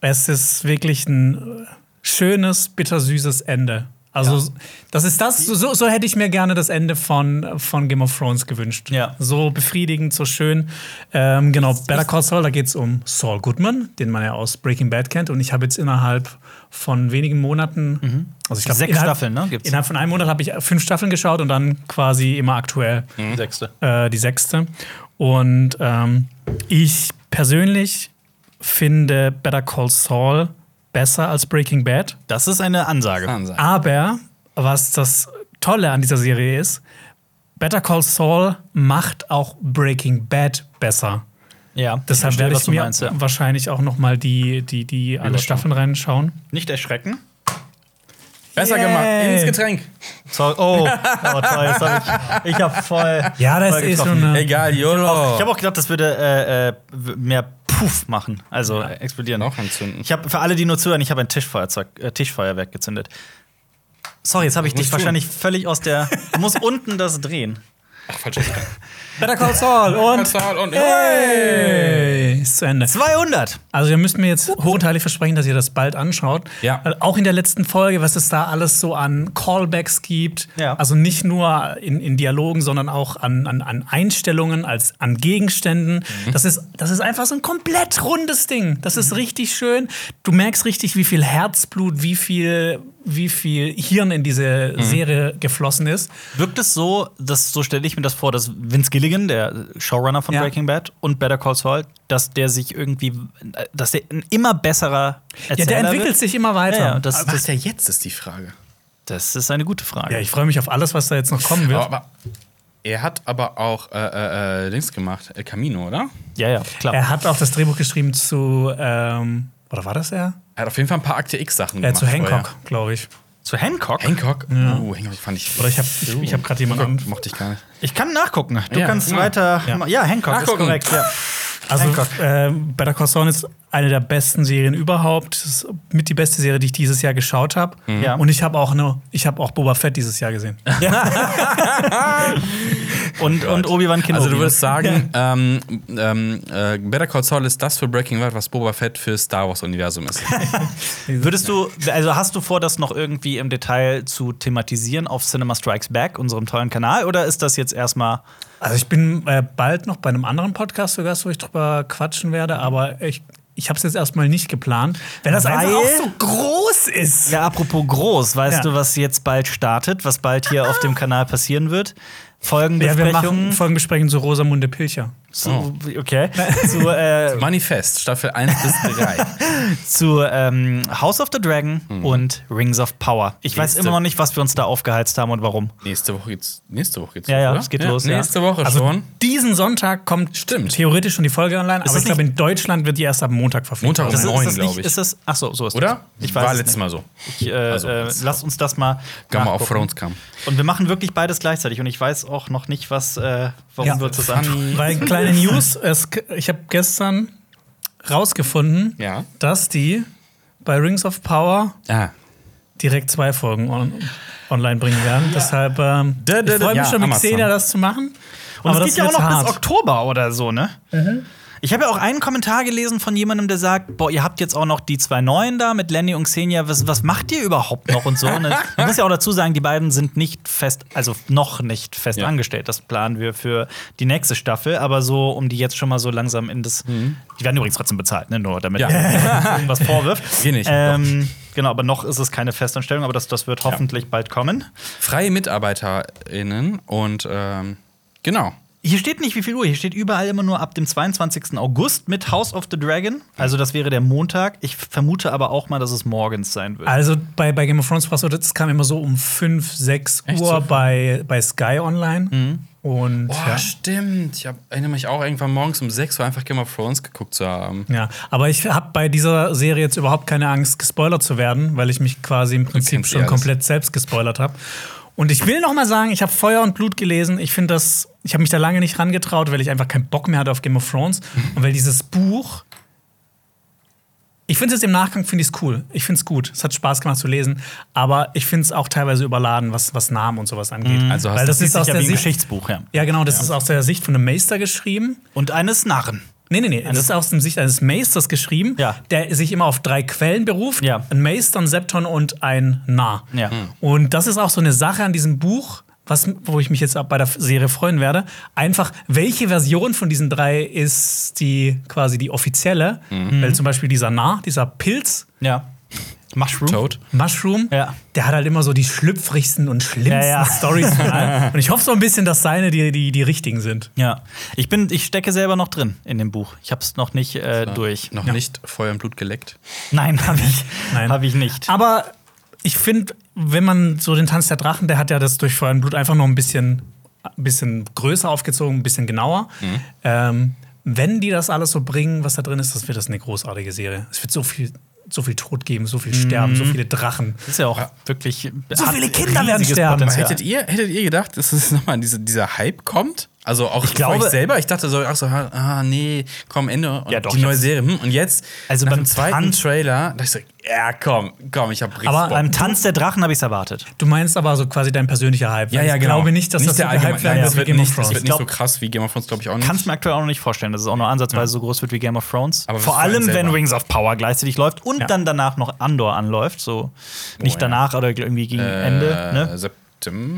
B: es ist wirklich ein äh, schönes, bittersüßes Ende. Also, das ist das, so, so hätte ich mir gerne das Ende von, von Game of Thrones gewünscht.
A: Ja.
B: So befriedigend, so schön. Ähm, genau, Better Call Saul, da geht es um Saul Goodman, den man ja aus Breaking Bad kennt. Und ich habe jetzt innerhalb von wenigen Monaten, also ich glaube,
A: Sechs
B: innerhalb-
A: Staffeln, ne? Gibt's.
B: Innerhalb von einem Monat habe ich fünf Staffeln geschaut und dann quasi immer aktuell
A: Mhm. Sechste.
B: äh, die sechste. Und ähm, ich persönlich finde Better Call Saul besser als Breaking Bad.
A: Das ist eine Ansage.
C: Wahnsinn.
B: Aber was das Tolle an dieser Serie ist, Better Call Saul macht auch Breaking Bad besser.
A: Ja.
B: Deshalb
A: verstehe,
B: werde
A: was
B: ich
A: du
B: mir
A: meinst, ja.
B: wahrscheinlich auch noch mal die, die, die alle Staffeln reinschauen.
A: Nicht erschrecken.
C: Besser
B: Yay.
C: gemacht. Ins Getränk.
A: Sorry. Oh, oh toll, jetzt hab ich, ich habe voll.
B: Ja, das
A: voll
B: ist so
A: getroffen.
B: eine
C: Egal, YOLO.
A: Ich habe auch gedacht, das würde äh, äh, w- mehr Puff machen, also äh, explodieren.
C: noch anzünden.
A: Ich habe für alle, die nur zuhören, ich habe ein Tischfeuerzeug, äh, Tischfeuerwerk gezündet. Sorry, jetzt habe ich
C: Muss
A: dich
C: tun.
A: wahrscheinlich völlig aus der. Du musst unten das drehen.
C: Ach, falsches Getränk.
B: Better Call Saul und
C: Und
B: hey, ist zu Ende.
A: 200.
B: Also, ihr müsst mir jetzt hochteilig versprechen, dass ihr das bald anschaut.
C: Ja.
B: Weil Auch in der letzten Folge, was es da alles so an Callbacks gibt.
A: Ja.
B: Also nicht nur in, in Dialogen, sondern auch an, an, an Einstellungen, als an Gegenständen.
A: Mhm.
B: Das, ist, das ist einfach so ein komplett rundes Ding. Das ist richtig schön. Du merkst richtig, wie viel Herzblut, wie viel, wie viel Hirn in diese
A: Mhm.
B: Serie geflossen ist.
A: Wirkt es so, dass, so stelle ich mir das vor, dass Vince Gilligan, der Showrunner von
B: Ja.
A: Breaking Bad und Better Call Saul, dass der sich irgendwie, äh, dass der ein immer besserer Erzähler
B: Ja, der entwickelt
A: wird?
B: sich immer weiter.
A: Ja, ja, das-
C: Was macht er jetzt, ist die Frage.
A: Das ist eine gute Frage.
B: Ja, ich freue mich auf alles, was da jetzt noch kommen wird.
C: Aber er hat aber auch äh, äh, äh, Dings gemacht, El Camino, oder?
A: ja, ja, klar.
B: er hat auch das Drehbuch geschrieben zu, ähm, oder war das er?
C: Er hat auf jeden Fall ein paar Akte X-Sachen
B: Äh,
C: gemacht.
B: zu Hancock,
C: vorher.
B: glaube ich.
A: Zu Hancock?
C: Hancock? Oh, Hancock fand ich.
B: Oder ich habe ich, ich hab gerade jemanden.
C: Hancock mochte ich gar nicht.
A: Ich kann nachgucken. Du
C: Ja,
A: kannst
C: ja.
A: weiter. Ja, Hancock ist
C: Nachgucken.
A: korrekt. Ja.
B: Also
A: Hancock.
B: äh, Better Call Saul ist eine der besten Serien überhaupt. Das ist mit die beste Serie, die ich dieses Jahr geschaut habe.
A: Ja.
B: Und ich habe auch eine, ich habe auch Boba Fett dieses Jahr gesehen.
A: Und, und Obi-Wan Kenobi.
C: Also, du würdest sagen, ähm, ähm, äh, Better Call Saul ist das für Breaking Bad, was Boba Fett für Star Wars-Universum ist.
A: Würdest du, also hast du vor, das noch irgendwie im Detail zu thematisieren auf Cinema Strikes Back, unserem tollen Kanal, oder ist das jetzt erstmal
B: Also ich bin äh, bald noch bei einem anderen Podcast sogar, wo ich drüber quatschen werde, aber ich, ich habe es jetzt erstmal nicht geplant. Wenn das einfach
A: Weil-
B: auch so groß ist.
A: Ja, apropos groß, weißt
B: Ja.
A: du, was jetzt bald startet, was bald hier auf dem Kanal passieren wird? Folgenbesprechungen.
B: wir machen Folgenbesprechungen zu Rosamunde Pilcher.
A: zu, Oh. okay, zu, äh,
C: Manifest, Staffel 1 bis 3.
A: zu ähm, House of the Dragon und Rings of Power. Ich weiß
C: Nächste.
A: immer noch nicht, was wir uns da aufgeheizt haben und warum.
C: Nächste Woche geht's. Nächste Woche geht's
A: Ja, ja,
C: oder?
A: es geht los, ja. Also
C: Nächste Woche schon.
B: Diesen Sonntag kommt
C: Stimmt.
B: theoretisch schon die Folge online, aber
A: das
B: ich glaube, in Deutschland wird die erst ab Montag verfügbar.
C: Montag um
B: sein.
A: ist- ist
C: neun,
A: das nicht-
C: glaub ich.
A: Ist das, ach so, so ist
C: Oder?
A: das. Ich
C: War
A: weiß es
C: letztes Mal so.
A: nicht. Ich, äh,
C: Also,
A: äh,
C: das-
A: lass uns das mal.
C: Gamma auf
A: nachgucken.
C: Thrones kam.
A: Und wir machen wirklich beides gleichzeitig. Und ich weiß auch noch nicht, was, äh, warum
B: Ja.
A: wir uns das
C: Funny.
A: antun.
B: Weil kleine News, es, ich habe gestern rausgefunden,
C: Ja.
B: dass die bei Rings of Power
C: Ah.
B: direkt zwei Folgen on online bringen werden. Deshalb ähm,
C: Da, da,
B: ich
C: da,
B: freue mich
C: ja,
B: schon mit
C: Amazon.
B: Xenia das zu machen.
A: Und
B: aber
A: es
B: das
A: geht ja
B: wird
A: auch noch bis
B: hart.
A: Oktober oder so, ne? Ich habe ja auch einen Kommentar gelesen von jemandem, der sagt: Boah, ihr habt jetzt auch noch die zwei Neuen da mit Lenny und Xenia, was, was macht ihr überhaupt noch und so? Und man muss ja auch dazu sagen, die beiden sind nicht fest, also noch nicht fest
C: Ja.
A: angestellt. Das planen wir für die nächste Staffel, aber so, um die jetzt schon mal so langsam in das. Die werden übrigens trotzdem bezahlt, ne? Nur damit man
C: Ja.
A: was vorwirft.
C: Wir nicht,
A: Ähm, genau, aber noch ist es keine Festanstellung, aber das, das wird hoffentlich bald kommen.
C: Freie MitarbeiterInnen und ähm, genau.
A: Hier steht nicht wie viel Uhr, hier steht überall immer nur ab dem 22. August mit House of the Dragon. Also das wäre der Montag. Ich vermute aber auch mal, dass es morgens sein wird.
B: Also bei, bei Game of Thrones war es so, das kam immer so um 5, 6
C: Echt
B: Uhr
C: so? Mhm.
B: bei, bei Sky Online. Und
C: Boah,
B: ja.
C: stimmt. Ich hab, erinnere mich auch irgendwann morgens um 6 Uhr einfach Game of Thrones geguckt zu haben.
B: Ja, aber ich habe bei dieser Serie jetzt überhaupt keine Angst, gespoilert zu werden, weil ich mich quasi im Prinzip
C: kennst eh
B: schon
C: alles.
B: komplett selbst gespoilert habe. Und ich will noch mal sagen, ich habe Feuer und Blut gelesen. Ich finde das, ich habe mich da lange nicht rangetraut, weil ich einfach keinen Bock mehr hatte auf Game of Thrones und weil dieses Buch. Ich finde es jetzt im Nachgang finde ich es cool. Ich finde es gut. Es hat Spaß gemacht zu lesen, aber ich finde es auch teilweise überladen, was, was Namen und sowas angeht.
C: Also hast
B: weil
C: du-
B: das ist aus
A: ja
B: der
A: wie ein
B: Sicht.
A: Geschichtsbuch, ja.
B: Ja, genau, das ist aus der Sicht von einem Meister geschrieben.
A: Und eines Narren.
B: Nee, nee, nee. Das ist aus der Sicht eines Meisters geschrieben,
A: Ja.
B: der sich immer auf drei Quellen beruft.
A: Ja.
B: Ein Meister, ein Septon und ein Narr.
A: Ja. Hm.
B: Und das ist auch so eine Sache an diesem Buch, was, wo ich mich jetzt auch bei der Serie freuen werde. Einfach, welche Version von diesen drei ist die quasi die offizielle? Weil zum Beispiel dieser Narr, dieser Pilz,
A: Ja. Mushroom.
C: Toad.
B: Mushroom,
A: Ja.
B: der hat halt immer so die schlüpfrigsten und schlimmsten
A: Ja, ja.
B: Storys. von allen. und ich hoffe so ein bisschen, dass seine die, die, die richtigen sind.
A: Ja. Ich bin, ich stecke selber noch drin in dem Buch. Ich hab's noch nicht äh, durch.
C: Noch nicht Feuer und Blut geleckt.
A: Nein, habe ich,
B: Nein. Ah.
A: hab ich nicht.
B: Aber ich finde, wenn man so den Tanz der Drachen, der hat ja das durch Feuer und Blut einfach noch ein bisschen, ein bisschen größer aufgezogen, ein bisschen genauer.
C: Mhm.
B: Ähm, wenn die das alles so bringen, was da drin ist, das wird das eine großartige Serie. Es wird so viel, so viel Tod geben, so viel Sterben,
C: Mhm.
B: so viele Drachen.
A: Das ist ja auch wirklich.
B: So
A: hat
B: viele Kinder werden
A: riesiges
B: sterben.
A: Potenzial.
C: Hättet, ihr, hättet ihr gedacht, dass es nochmal diese, dieser Hype kommt? Also auch ich für
A: glaube-
C: euch selber? Ich dachte so, ach so, ah, nee, komm, Ende. Und
A: Ja, doch,
C: die neue
A: jetzt-
C: Serie. Hm, und jetzt,
A: Also
C: nach
A: beim
C: dem zweiten
A: Tran-
C: Trailer, dachte ich so, ja, komm, komm, ich hab richtig
B: Aber
C: Bock.
A: Beim Tanz der Drachen habe ich's erwartet.
B: Du meinst aber so quasi dein persönlicher Hype. weil
C: ja, ja,
B: ich
C: genau.
B: glaube nicht, dass das so
C: der allgemeine-
B: gehypt werden
C: Nein,
B: wird
C: das
B: wie
C: wird
B: Game of
C: nicht, das
B: Thrones.
C: wird nicht so
A: glaub-
C: krass wie Game of Thrones, glaube ich auch nicht.
A: Kann es mir aktuell auch noch nicht vorstellen, dass es auch nur ansatzweise so groß wird wie Game of Thrones.
C: Aber
A: Vor
C: für einen
A: allem, wenn
C: selber.
A: Rings of Power gleichzeitig läuft und
B: Ja.
A: dann danach noch Andor anläuft. So nicht
C: Oh ja.
A: danach oder irgendwie gegen Ende.
C: Äh,
A: Ne?
C: September?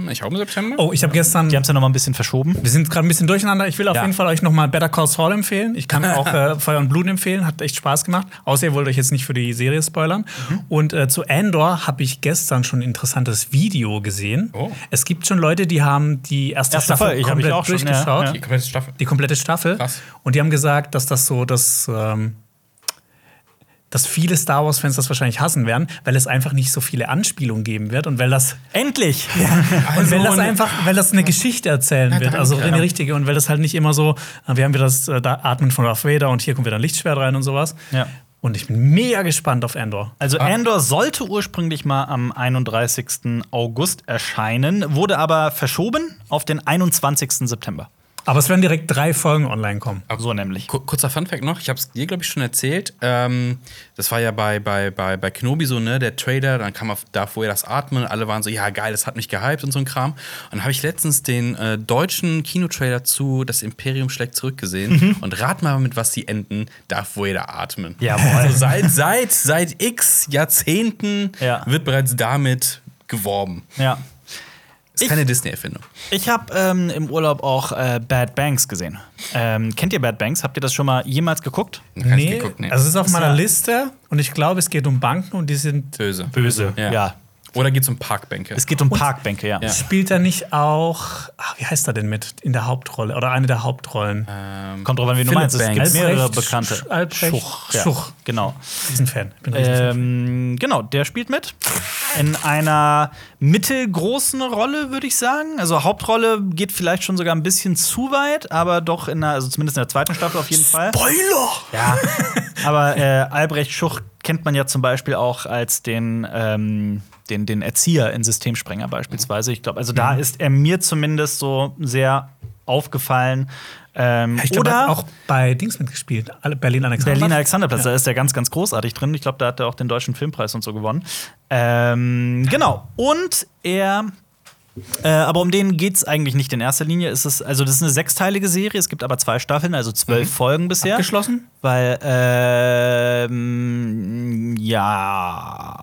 C: Ich glaube September.
B: Oh, ich habe gestern.
A: Die haben es ja noch mal ein bisschen verschoben.
B: Wir sind gerade ein bisschen durcheinander. Ich will auf
A: Ja.
B: jeden Fall euch nochmal Better Call Saul empfehlen. Ich kann auch äh, Feuer und Blut empfehlen. Hat echt Spaß gemacht. Außer ihr wollt euch jetzt nicht für die Serie spoilern.
A: Mhm.
B: Und äh, zu Andor habe ich gestern schon ein interessantes Video gesehen.
C: Oh.
B: Es gibt schon Leute, die haben die erste,
A: Erste
B: Staffel
A: Folge, ich hab
B: komplett
A: ich auch schon, ja,
B: durchgeschaut.
A: ja.
C: Die komplette Staffel.
B: Die komplette Staffel.
C: Krass.
B: Und die haben gesagt, dass das so das ähm, dass viele Star Wars-Fans das wahrscheinlich hassen werden, weil es einfach nicht so viele Anspielungen geben wird und weil das
A: Endlich! Also
B: und weil das
C: und-
B: einfach, weil das eine Geschichte erzählen wird,
C: danke.
B: also eine richtige und weil das halt nicht immer so, äh, wir haben wieder das äh, da Atmen von Darth Vader und hier kommt wieder ein Lichtschwert rein und sowas.
A: Ja.
B: Und ich bin mega gespannt auf Endor.
A: Also
C: Ah.
A: Andor sollte ursprünglich mal am 31. August erscheinen, wurde aber verschoben auf den 21. September.
B: Aber es werden direkt drei Folgen online kommen.
A: So nämlich.
C: Ku- Kurzer Funfact noch, ich habe es dir, glaube ich, schon erzählt. Ähm, das war ja bei, bei, bei, bei Kenobi so, ne, der Trailer, dann kam auf Darth Vader das Atmen, alle waren so, ja, geil, das hat mich gehypt und so ein Kram. Und dann habe ich letztens den äh, deutschen Kinotrailer zu Das Imperium schlägt zurück gesehen
A: Mhm.
C: und rat mal, mit was sie enden, Darth Vader atmen.
A: Jawohl.
C: Also seit, seit, seit x Jahrzehnten
A: Ja.
C: wird bereits damit geworben.
A: Ja.
C: Ist
A: Ich-
C: keine Disney-Erfindung.
A: Ich habe ähm, im Urlaub auch äh, Bad Banks gesehen. Ähm, kennt ihr Bad Banks? Habt ihr das schon mal jemals geguckt?
C: Hab ich geguckt, nee.
B: also es ist auf
A: Ist
B: meiner
A: ja-
B: Liste und ich glaube, es geht um Banken und die sind.
C: Böse.
A: Böse. Ja.
C: Ja. Oder geht's um Parkbänke?
A: Es geht um Parkbänke, ja.
B: Spielt da nicht auch, ah, wie heißt er denn mit in der Hauptrolle oder eine der Hauptrollen?
C: ähm,
A: Kommt drauf an, wen du
C: Philipp
A: meinst. Es gibt
C: Banks.
A: mehrere
B: Albrecht
A: bekannte.
B: Sch- Albrecht
A: Ja.
B: Schuch.
A: Genau.
B: Riesenfan. Ich bin ein Riesenfan.
A: Ähm, genau, der spielt mit. In einer mittelgroßen Rolle, würde ich sagen. Also Hauptrolle geht vielleicht schon sogar ein bisschen zu weit, aber doch in einer, also zumindest in der zweiten Staffel auf jeden Fall.
B: Spoiler!
A: Ja. aber äh, Albrecht Schuch kennt man ja zum Beispiel auch als den, ähm, den, den Erzieher in Systemsprenger beispielsweise. Ich glaube, also da
B: Mhm.
A: ist er mir zumindest so sehr aufgefallen. Ähm,
B: Ich glaube, er
A: oder
B: hat auch bei Dings mitgespielt. Alle- Berlin Alexander.
A: Berliner Alexanderplatz, da ist er ganz, ganz großartig drin. Ich glaube, da hat er auch den deutschen Filmpreis und so gewonnen. Ähm, genau. Und er. Äh, aber um den geht es eigentlich nicht in erster Linie. Es ist, also, das ist eine sechsteilige Serie, es gibt aber zwei Staffeln, also zwölf
C: Mhm.
A: Folgen bisher.
B: Abgeschlossen?
A: Weil, ähm, ja.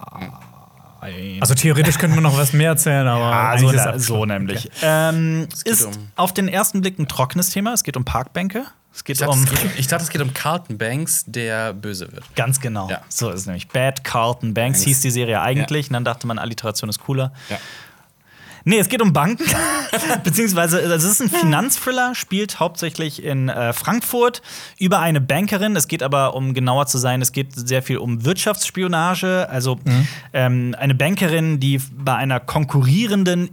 B: Also theoretisch könnte man noch was mehr erzählen, aber.
A: Ah,
B: eigentlich
A: so,
B: ist
A: na,
B: er-
A: so nämlich. Ähm,
C: geht
A: ist
C: um-
A: auf den ersten Blick ein trockenes Thema. Es geht um Parkbänke. Es geht
C: Ich dachte,
A: um.
C: es geht, ich dachte, es geht um Carlton Banks, der böse wird.
A: Ganz genau.
C: Ja.
A: So ist es nämlich. Bad Carlton Banks
C: Banks.
A: hieß die Serie eigentlich. Und dann dachte man, Alliteration ist cooler.
C: Ja.
A: Nee, es geht um Banken. Beziehungsweise, also es ist ein Finanzthriller, spielt hauptsächlich in äh, Frankfurt über eine Bankerin. Es geht aber, um genauer zu sein, es geht sehr viel um Wirtschaftsspionage. Also ähm, eine Bankerin, die bei einer konkurrierenden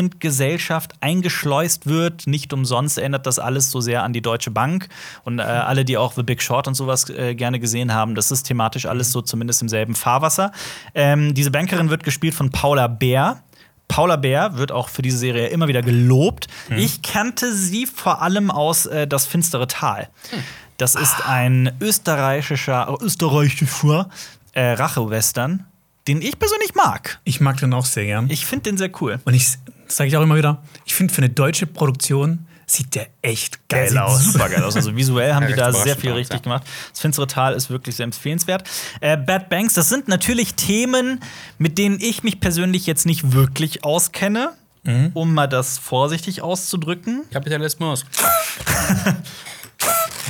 A: Investmentgesellschaft eingeschleust wird. Nicht umsonst erinnert das alles so sehr an die Deutsche Bank. Und äh, alle, die auch The Big Short und sowas äh, gerne gesehen haben, das ist thematisch alles so zumindest im selben Fahrwasser. Ähm, diese Bankerin wird gespielt von Paula Bär. Paula Bär wird auch für diese Serie immer wieder gelobt.
C: Hm.
A: Ich kannte sie vor allem aus äh, Das finstere Tal.
C: Hm.
A: Das ist ein österreichischer, österreichischer äh, Rache-Western, den ich persönlich mag.
B: Ich mag den auch sehr gern.
A: Ich finde den sehr cool.
B: Und ich sage ich auch immer wieder, ich finde für eine deutsche Produktion sieht der echt geil aus.
A: Super geil aus. Also visuell haben
C: Ja,
A: die
C: recht
A: da sehr
C: überraschend
A: viel
C: auch,
A: richtig
C: ja.
A: gemacht. Das finstere Tal ist wirklich sehr empfehlenswert. Äh, Bad Banks, das sind natürlich Themen, mit denen ich mich persönlich jetzt nicht wirklich auskenne,
C: Mhm.
A: um mal das vorsichtig auszudrücken.
C: Kapitalismus.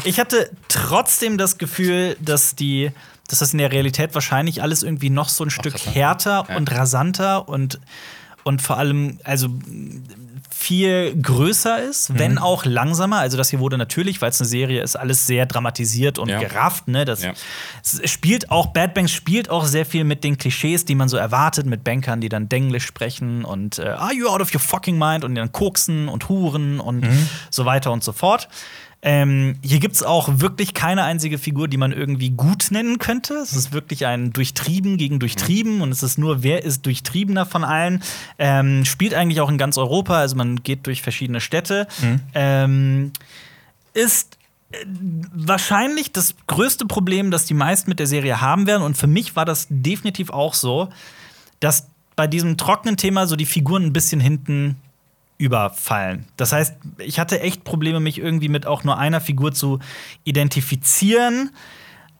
A: Ich hatte trotzdem das Gefühl, dass die dass das in der Realität wahrscheinlich alles irgendwie noch so ein Stück
C: rasanter.
A: härter
C: Ja.
A: und rasanter und, und vor allem, also viel größer ist,
C: Mhm.
A: wenn auch langsamer. Also das hier wurde natürlich, weil es eine Serie ist, alles sehr dramatisiert und
C: Ja.
A: gerafft. Ne? Das
C: Ja.
A: es spielt auch, Bad Banks spielt auch sehr viel mit den Klischees, die man so erwartet, mit Bankern, die dann Denglisch sprechen und äh, Are you out of your fucking mind? Und dann koksen und huren und so weiter und so fort. Ähm, hier gibt es auch wirklich keine einzige Figur, die man irgendwie gut nennen könnte. Es ist wirklich ein Durchtrieben gegen Durchtrieben und es ist nur, wer ist durchtriebener von allen. Ähm, spielt eigentlich auch in ganz Europa, also man geht durch verschiedene Städte. Ähm, ist äh, wahrscheinlich das größte Problem, das die meisten mit der Serie haben werden. Und für mich war das definitiv auch so, dass bei diesem trockenen Thema so die Figuren ein bisschen hinten überfallen. Das heißt, ich hatte echt Probleme, mich irgendwie mit auch nur einer Figur zu identifizieren.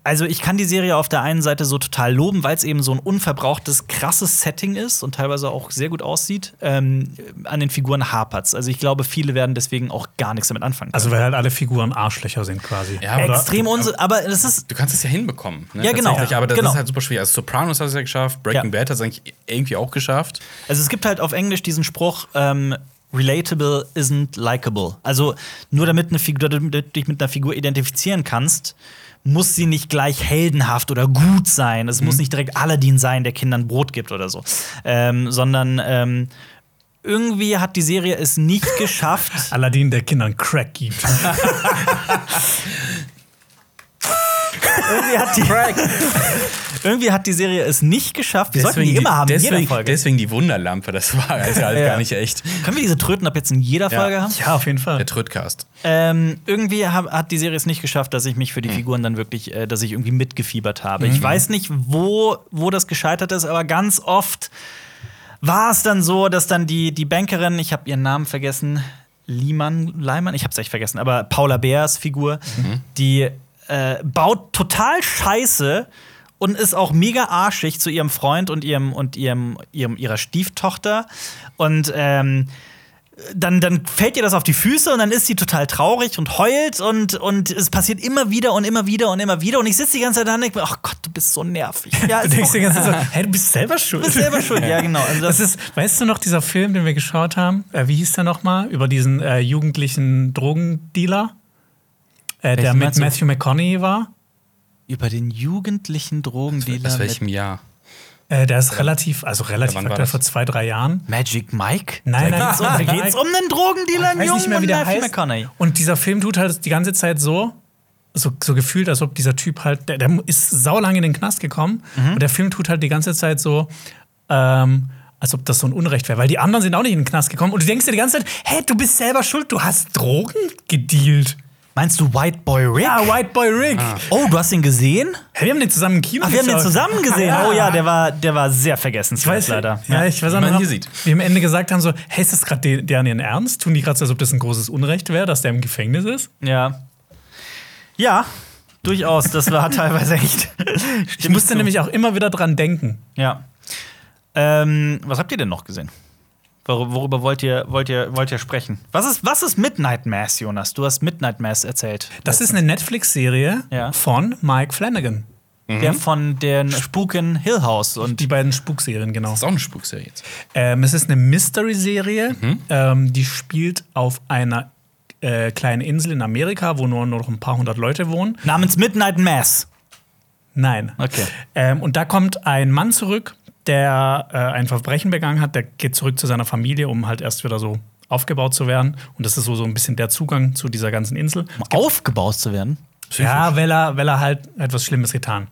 A: Also ich kann die Serie auf der einen Seite so total loben, weil es eben so ein unverbrauchtes, krasses Setting ist und teilweise auch sehr gut aussieht. Ähm, an den Figuren hapert's. Also ich glaube, viele werden deswegen auch gar nichts damit anfangen. können.
B: Also, weil halt alle Figuren Arschlöcher sind quasi.
C: Ja, aber-
A: Extrem unsinnig, aber das ist.
C: Du kannst es ja hinbekommen. Ne?
A: Ja, genau.
C: Tatsächlich, Aber das
A: Genau.
C: ist halt super schwierig. Also Sopranos hat es ja geschafft, Breaking
A: Ja.
C: Bad hat es eigentlich irgendwie auch geschafft.
A: Also es gibt halt auf Englisch diesen Spruch, ähm, relatable isn't likable. Also nur damit, eine Figur, damit du dich mit einer Figur identifizieren kannst, muss sie nicht gleich heldenhaft oder gut sein. Es muss nicht direkt Aladdin sein, der Kindern Brot gibt oder so. Ähm, sondern ähm, irgendwie hat die Serie es nicht geschafft.
B: Aladdin, der Kindern Crack gibt.
A: irgendwie, hat die, irgendwie hat die Serie es nicht geschafft. Wir sollten die immer haben in jeder
C: deswegen,
A: Folge.
C: deswegen die Wunderlampe, das war also halt
A: Ja.
C: gar nicht echt.
A: Können wir diese Tröten ab jetzt in jeder
C: Ja.
A: Folge haben?
B: ja, auf jeden Fall.
C: Der Trödcast.
A: Ähm, irgendwie hab, hat die Serie es nicht geschafft, dass ich mich für die Figuren dann wirklich, äh, dass ich irgendwie mitgefiebert habe. Ich weiß nicht, wo, wo das gescheitert ist, aber ganz oft war es dann so, dass dann die, die Bankerin, ich habe ihren Namen vergessen, Liemann, Leimann, ich hab's echt vergessen, aber Paula Beers Figur, die äh, baut total Scheiße und ist auch mega arschig zu ihrem Freund und ihrem und ihrem, ihrem ihrer Stieftochter und ähm, dann, dann fällt ihr das auf die Füße und dann ist sie total traurig und heult und, und es passiert immer wieder und immer wieder und immer wieder. Und ich sitze die ganze Zeit da und denke mir, ach Gott, du bist so nervig. Ja,
B: Du
A: ist
B: denkst
A: doch-
B: die ganze Zeit so, hey, du bist selber schuld.
A: du bist selber schuld. Ja, genau. Also
B: Das ist, weißt du noch, dieser Film, den wir geschaut haben, äh, wie hieß der nochmal? Über diesen äh, jugendlichen Drogendealer, äh, der
A: Welchen
B: mit
A: meinst du?
B: Matthew McConaughey war.
A: über den jugendlichen Drogendealer
C: Aus
A: mit
C: welchem Jahr?
B: Äh, der ist relativ, also relativ
C: wann war
B: aktuell
C: das?
B: vor zwei, drei Jahren.
A: Magic Mike?
B: Nein, nein,
A: So, da geht's um einen Drogendealer, einen
B: Weiß
A: Jungen
B: nicht mehr, wie der
A: und Matthew
B: heißt.
A: McConaughey.
B: Und dieser Film tut halt die ganze Zeit so, so, so gefühlt, als ob dieser Typ halt, der, der ist saulange in den Knast gekommen und der Film tut halt die ganze Zeit so, ähm, als ob das so ein Unrecht wäre, weil die anderen sind auch nicht in den Knast gekommen und du denkst dir die ganze Zeit, hey, du bist selber schuld, du hast Drogen gedealt.
A: Meinst du White Boy Rick?
B: Ja, White Boy Rick.
A: Oh, du hast ihn gesehen?
B: Hey, wir haben den zusammen im Kino
A: Ach, wir haben den
B: geschaut.
A: zusammen gesehen.
B: Ja.
A: Oh ja, der war, der war sehr
B: Ich
A: vergessenswert,
B: weiß
A: leider.
B: Ja, ich weiß auch
C: Wie man
B: noch,
C: hier sieht.
B: Wir am Ende gesagt haben so, hey, ist das gerade deren ihren Ernst? Tun die gerade so, als ob das ein großes Unrecht wäre, dass der im Gefängnis ist?
A: Ja. Ja, durchaus. Das war teilweise echt.
B: Ich musste nämlich auch immer wieder dran denken.
A: Ja. Ähm, was habt ihr denn noch gesehen? Wor- Worüber wollt ihr, wollt ihr, wollt ihr sprechen? Was ist, was ist Midnight Mass, Jonas? Du hast Midnight Mass erzählt.
B: Das ist eine Netflix-Serie
A: Ja.
B: von Mike Flanagan.
A: der von den Spuken Hill House und
B: Die beiden Spukserien, genau.
C: Das ist auch eine Spukserie jetzt.
B: Ähm, es ist eine Mystery-Serie,
A: Mhm.
B: ähm, die spielt auf einer äh, kleinen Insel in Amerika, wo nur noch ein paar hundert Leute wohnen.
A: namens Midnight Mass.
B: Nein.
A: Okay.
B: Ähm, und da kommt ein Mann zurück, der äh, ein Verbrechen begangen hat. Der geht zurück zu seiner Familie, um halt erst wieder so aufgebaut zu werden. Und das ist so, so ein bisschen der Zugang zu dieser ganzen Insel.
A: Um aufgebaut zu werden.
B: Ja, weil er, weil er halt etwas Schlimmes getan.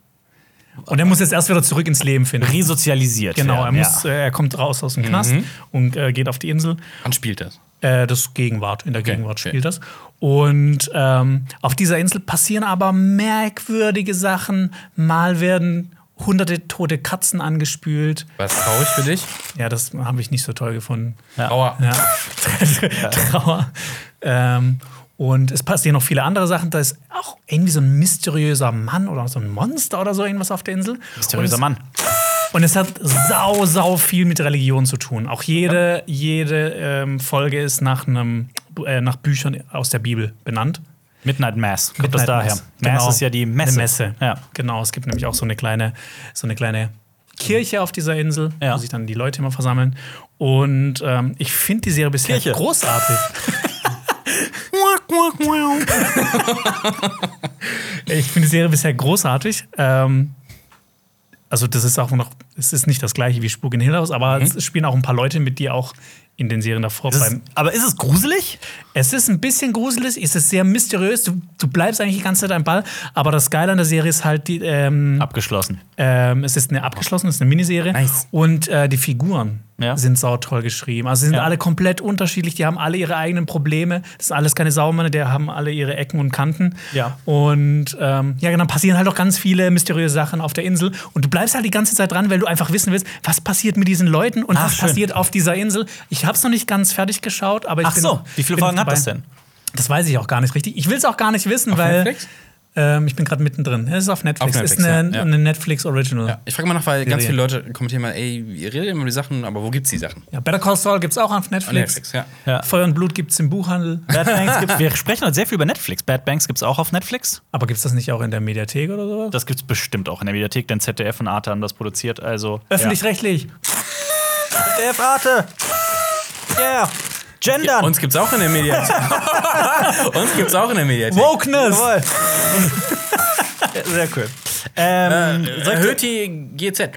B: Und er muss jetzt erst wieder zurück ins Leben finden.
A: Resozialisiert.
B: Genau, er,
A: werden,
B: muss,
A: Ja.
B: äh, er kommt raus aus dem
C: Mhm.
B: Knast und äh, geht auf die Insel.
C: Wann spielt das?
B: Äh, das Gegenwart, in der
C: Okay,
B: Gegenwart
C: okay.
B: spielt das. Und ähm, auf dieser Insel passieren aber merkwürdige Sachen. Mal werden hunderte tote Katzen angespült.
C: War das traurig für dich?
B: Ja, das habe ich nicht so toll gefunden.
C: Aua.
B: Ja. Trauer. Ähm, und es passieren noch viele andere Sachen. Da ist auch irgendwie so ein mysteriöser Mann oder so ein Monster oder so irgendwas auf der Insel. Und
A: Mysteriöser
B: es-
A: Mann.
B: und es hat sau, sau viel mit Religion zu tun. Auch jede, jede ähm, Folge ist nach, einem, äh, nach Büchern aus der Bibel benannt.
A: Midnight Mass. Kommt das
B: Midnight
A: daher?
B: Mass.
A: Mass
B: Genau.
A: ist ja die
B: Eine
A: Messe.
B: Messe.
A: Ja.
B: Genau, es gibt nämlich auch so eine kleine, so eine kleine Kirche auf dieser Insel,
A: Ja.
B: wo sich dann die Leute immer versammeln. Und ähm, ich finde die Serie bisher
A: Kirche.
B: großartig. ich finde die Serie bisher großartig. Ähm, also das ist auch noch, es ist nicht das gleiche wie Spuk in Hill House, aber es spielen auch ein paar Leute mit, die auch in den Serien davor
A: Das ist,
B: bleiben.
A: aber ist Mhm. es gruselig?
B: Es ist ein bisschen gruselig, es ist sehr mysteriös, du, du bleibst eigentlich die ganze Zeit am Ball, aber das Geile an der Serie ist halt, die,
A: Mhm.
B: ähm,
A: Abgeschlossen.
B: ähm, es ist eine abgeschlossene, es ist eine Miniserie.
C: Nice.
B: Und äh, die Figuren
A: Ja.
B: sind sautoll geschrieben. Also sie sind
A: Ja.
B: alle komplett unterschiedlich, die haben alle ihre eigenen Probleme. Das sind alles keine Saumanne, die haben alle ihre Ecken und Kanten.
A: Ja.
B: Und ähm, ja, genau, passieren halt auch ganz viele mysteriöse Sachen auf der Insel. Und du bleibst halt die ganze Zeit dran, weil du einfach wissen willst, was passiert mit diesen Leuten und
A: Ah,
B: was
A: schön.
B: passiert auf dieser Insel. Ich habe es noch nicht ganz fertig geschaut, aber ich
A: Ach
B: bin,
A: so, wie viele
B: bin
A: Folgen hat
B: dabei.
A: das denn?
B: Das weiß ich auch gar nicht richtig. Ich will es auch gar nicht wissen, weil
C: Netflix?
B: ähm, ich bin gerade mittendrin. Es ist auf Netflix.
C: Auf Netflix,
B: ist eine,
C: ja, ja.
B: eine Netflix Original.
C: Ja. Ich frage mal nach, weil ganz
B: Serie.
C: viele Leute kommentieren mal, ey, ihr redet immer über die Sachen, aber wo gibt's die Sachen?
B: Ja, Better Call Saul gibt's auch auf
C: Auf
B: Netflix.
C: Netflix, ja.
A: Ja.
B: Feuer und Blut gibt's im Buchhandel.
A: Bad Banks gibt's, wir sprechen heute sehr viel über Netflix. Bad Banks gibt's auch auf Netflix.
B: Aber gibt's das nicht auch in der Mediathek oder sowas?
A: Das gibt's bestimmt auch in der Mediathek, denn ZDF und Arte haben das produziert. Also
B: Öffentlich-rechtlich.
A: Ja. ZDF Arte. Yeah. Gendern.
C: Uns gibt's auch in der Mediathek. Uns gibt's auch in der Mediathek.
B: Wokeness.
A: Jawohl. Sehr cool. Ähm, soll ich-
C: Erhöht die GZ.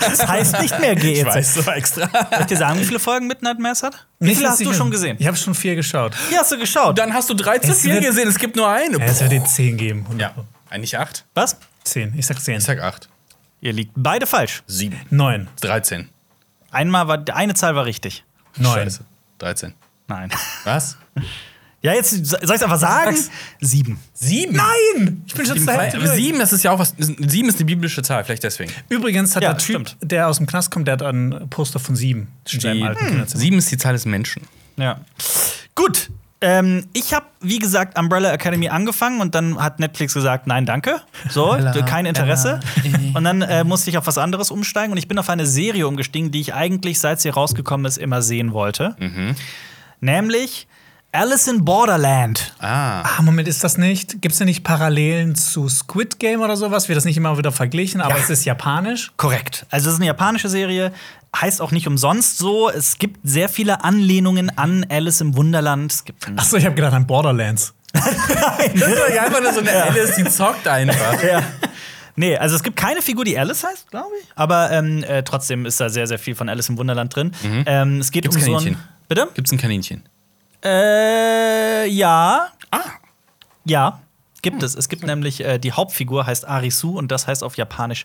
A: das heißt nicht mehr E GEZ.
B: Ich
A: Soll
B: weiß, das war extra.
A: ich dir sagen, wie viele Folgen Midnight Mass hat? Wie viele hast du schon gesehen?
B: Ich habe schon vier geschaut.
A: Hier hast du geschaut.
C: Dann hast du 13
B: Es
C: Filme
B: wird-
C: gesehen, es gibt nur eine.
B: Ja, es wird die zehn geben.
C: Ja, eigentlich 8.
A: Was?
B: Zehn. Ich sag zehn.
C: Ich sag 8.
A: Ihr liegt beide falsch.
C: 7.
B: Neun.
C: 13.
A: Einmal war eine Zahl war richtig.
B: Neun.
C: 13.
A: Nein.
C: Was?
A: Ja, jetzt soll ich es einfach sagen?
C: Sag's.
A: Sieben.
C: 7?
B: Nein! Ich bin schon
C: Sieben,
B: zur Hälfte durch.
C: sieben, das ist ja auch was. Sieben ist eine biblische Zahl, vielleicht deswegen.
B: Übrigens hat
A: Ja,
B: der Typ,
A: stimmt.
B: der aus dem Knast kommt, der hat ein Poster von sieben in seinem
C: Die-
B: alten
C: Hm.
B: Kinderzimmer.
C: Sieben ist die Zahl des Menschen.
A: Ja. Gut. Ähm, ich habe, wie gesagt, Umbrella Academy angefangen und dann hat Netflix gesagt, nein, danke. So, kein Interesse. Und dann äh, musste ich auf was anderes umsteigen und ich bin auf eine Serie umgestiegen, die ich eigentlich, seit sie rausgekommen ist, immer sehen wollte. Nämlich Alice in Borderland.
C: Ah.
B: Ah, Moment, ist das nicht? Gibt es da nicht Parallelen zu Squid Game oder sowas? Wird das nicht immer wieder verglichen, aber es ist japanisch?
A: Korrekt. Also es ist eine japanische Serie, heißt auch nicht umsonst so. Es gibt sehr viele Anlehnungen an Alice im Wunderland. Es gibt
B: Achso, ich habe gedacht an Borderlands.
C: Das ist doch einfach nur so eine Alice, die zockt einfach.
A: Nee, also es gibt keine Figur, die Alice heißt, glaube ich. Aber ähm, äh, trotzdem ist da sehr, sehr viel von Alice im Wunderland drin. Ähm, es geht
C: Gibt's
A: um so ein.
C: Kaninchen?
A: Bitte?
C: Gibt's ein Kaninchen?
A: Äh, ja. Ah. Ja, gibt es. Es gibt nämlich äh, die Hauptfigur heißt Arisu und das heißt auf Japanisch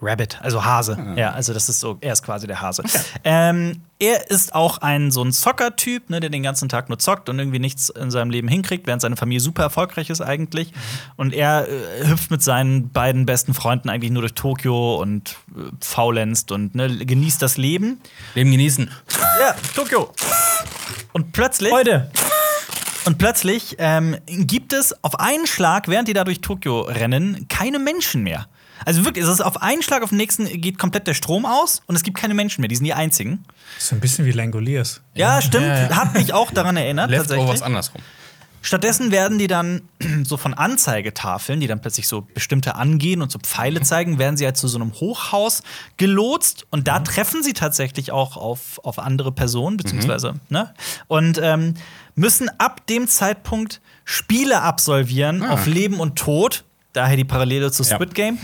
A: Rabbit, also Hase. Ja, also das ist so, er ist quasi der Hase. Ähm, er ist auch ein so ein Zocker-Typ, ne, der den ganzen Tag nur zockt und irgendwie nichts in seinem Leben hinkriegt, während seine Familie super erfolgreich ist eigentlich. Und er äh, hüpft mit seinen beiden besten Freunden eigentlich nur durch Tokio und äh, faulenzt und ne, genießt das Leben.
C: Leben genießen.
A: Ja, Tokio. Und plötzlich.
B: Leute,
A: Und plötzlich ähm, gibt es auf einen Schlag, während die da durch Tokio rennen, keine Menschen mehr. Also wirklich, es ist auf einen Schlag auf den nächsten geht komplett der Strom aus und es gibt keine Menschen mehr. Die sind die einzigen.
B: so ein bisschen wie Langoliers.
A: Ja, stimmt.
C: ja, ja.
A: Hat mich auch daran erinnert.
C: Leftovers
A: tatsächlich.
C: andersrum.
A: Stattdessen werden die dann so von Anzeigetafeln, die dann plötzlich so bestimmte angehen und so Pfeile zeigen, werden sie halt zu so einem Hochhaus gelotst und da treffen sie tatsächlich auch auf, auf andere Personen, beziehungsweise, ne? Und ähm, müssen ab dem Zeitpunkt Spiele absolvieren auf Leben und Tod, daher die Parallele zu
C: Ja.
A: Squid Game,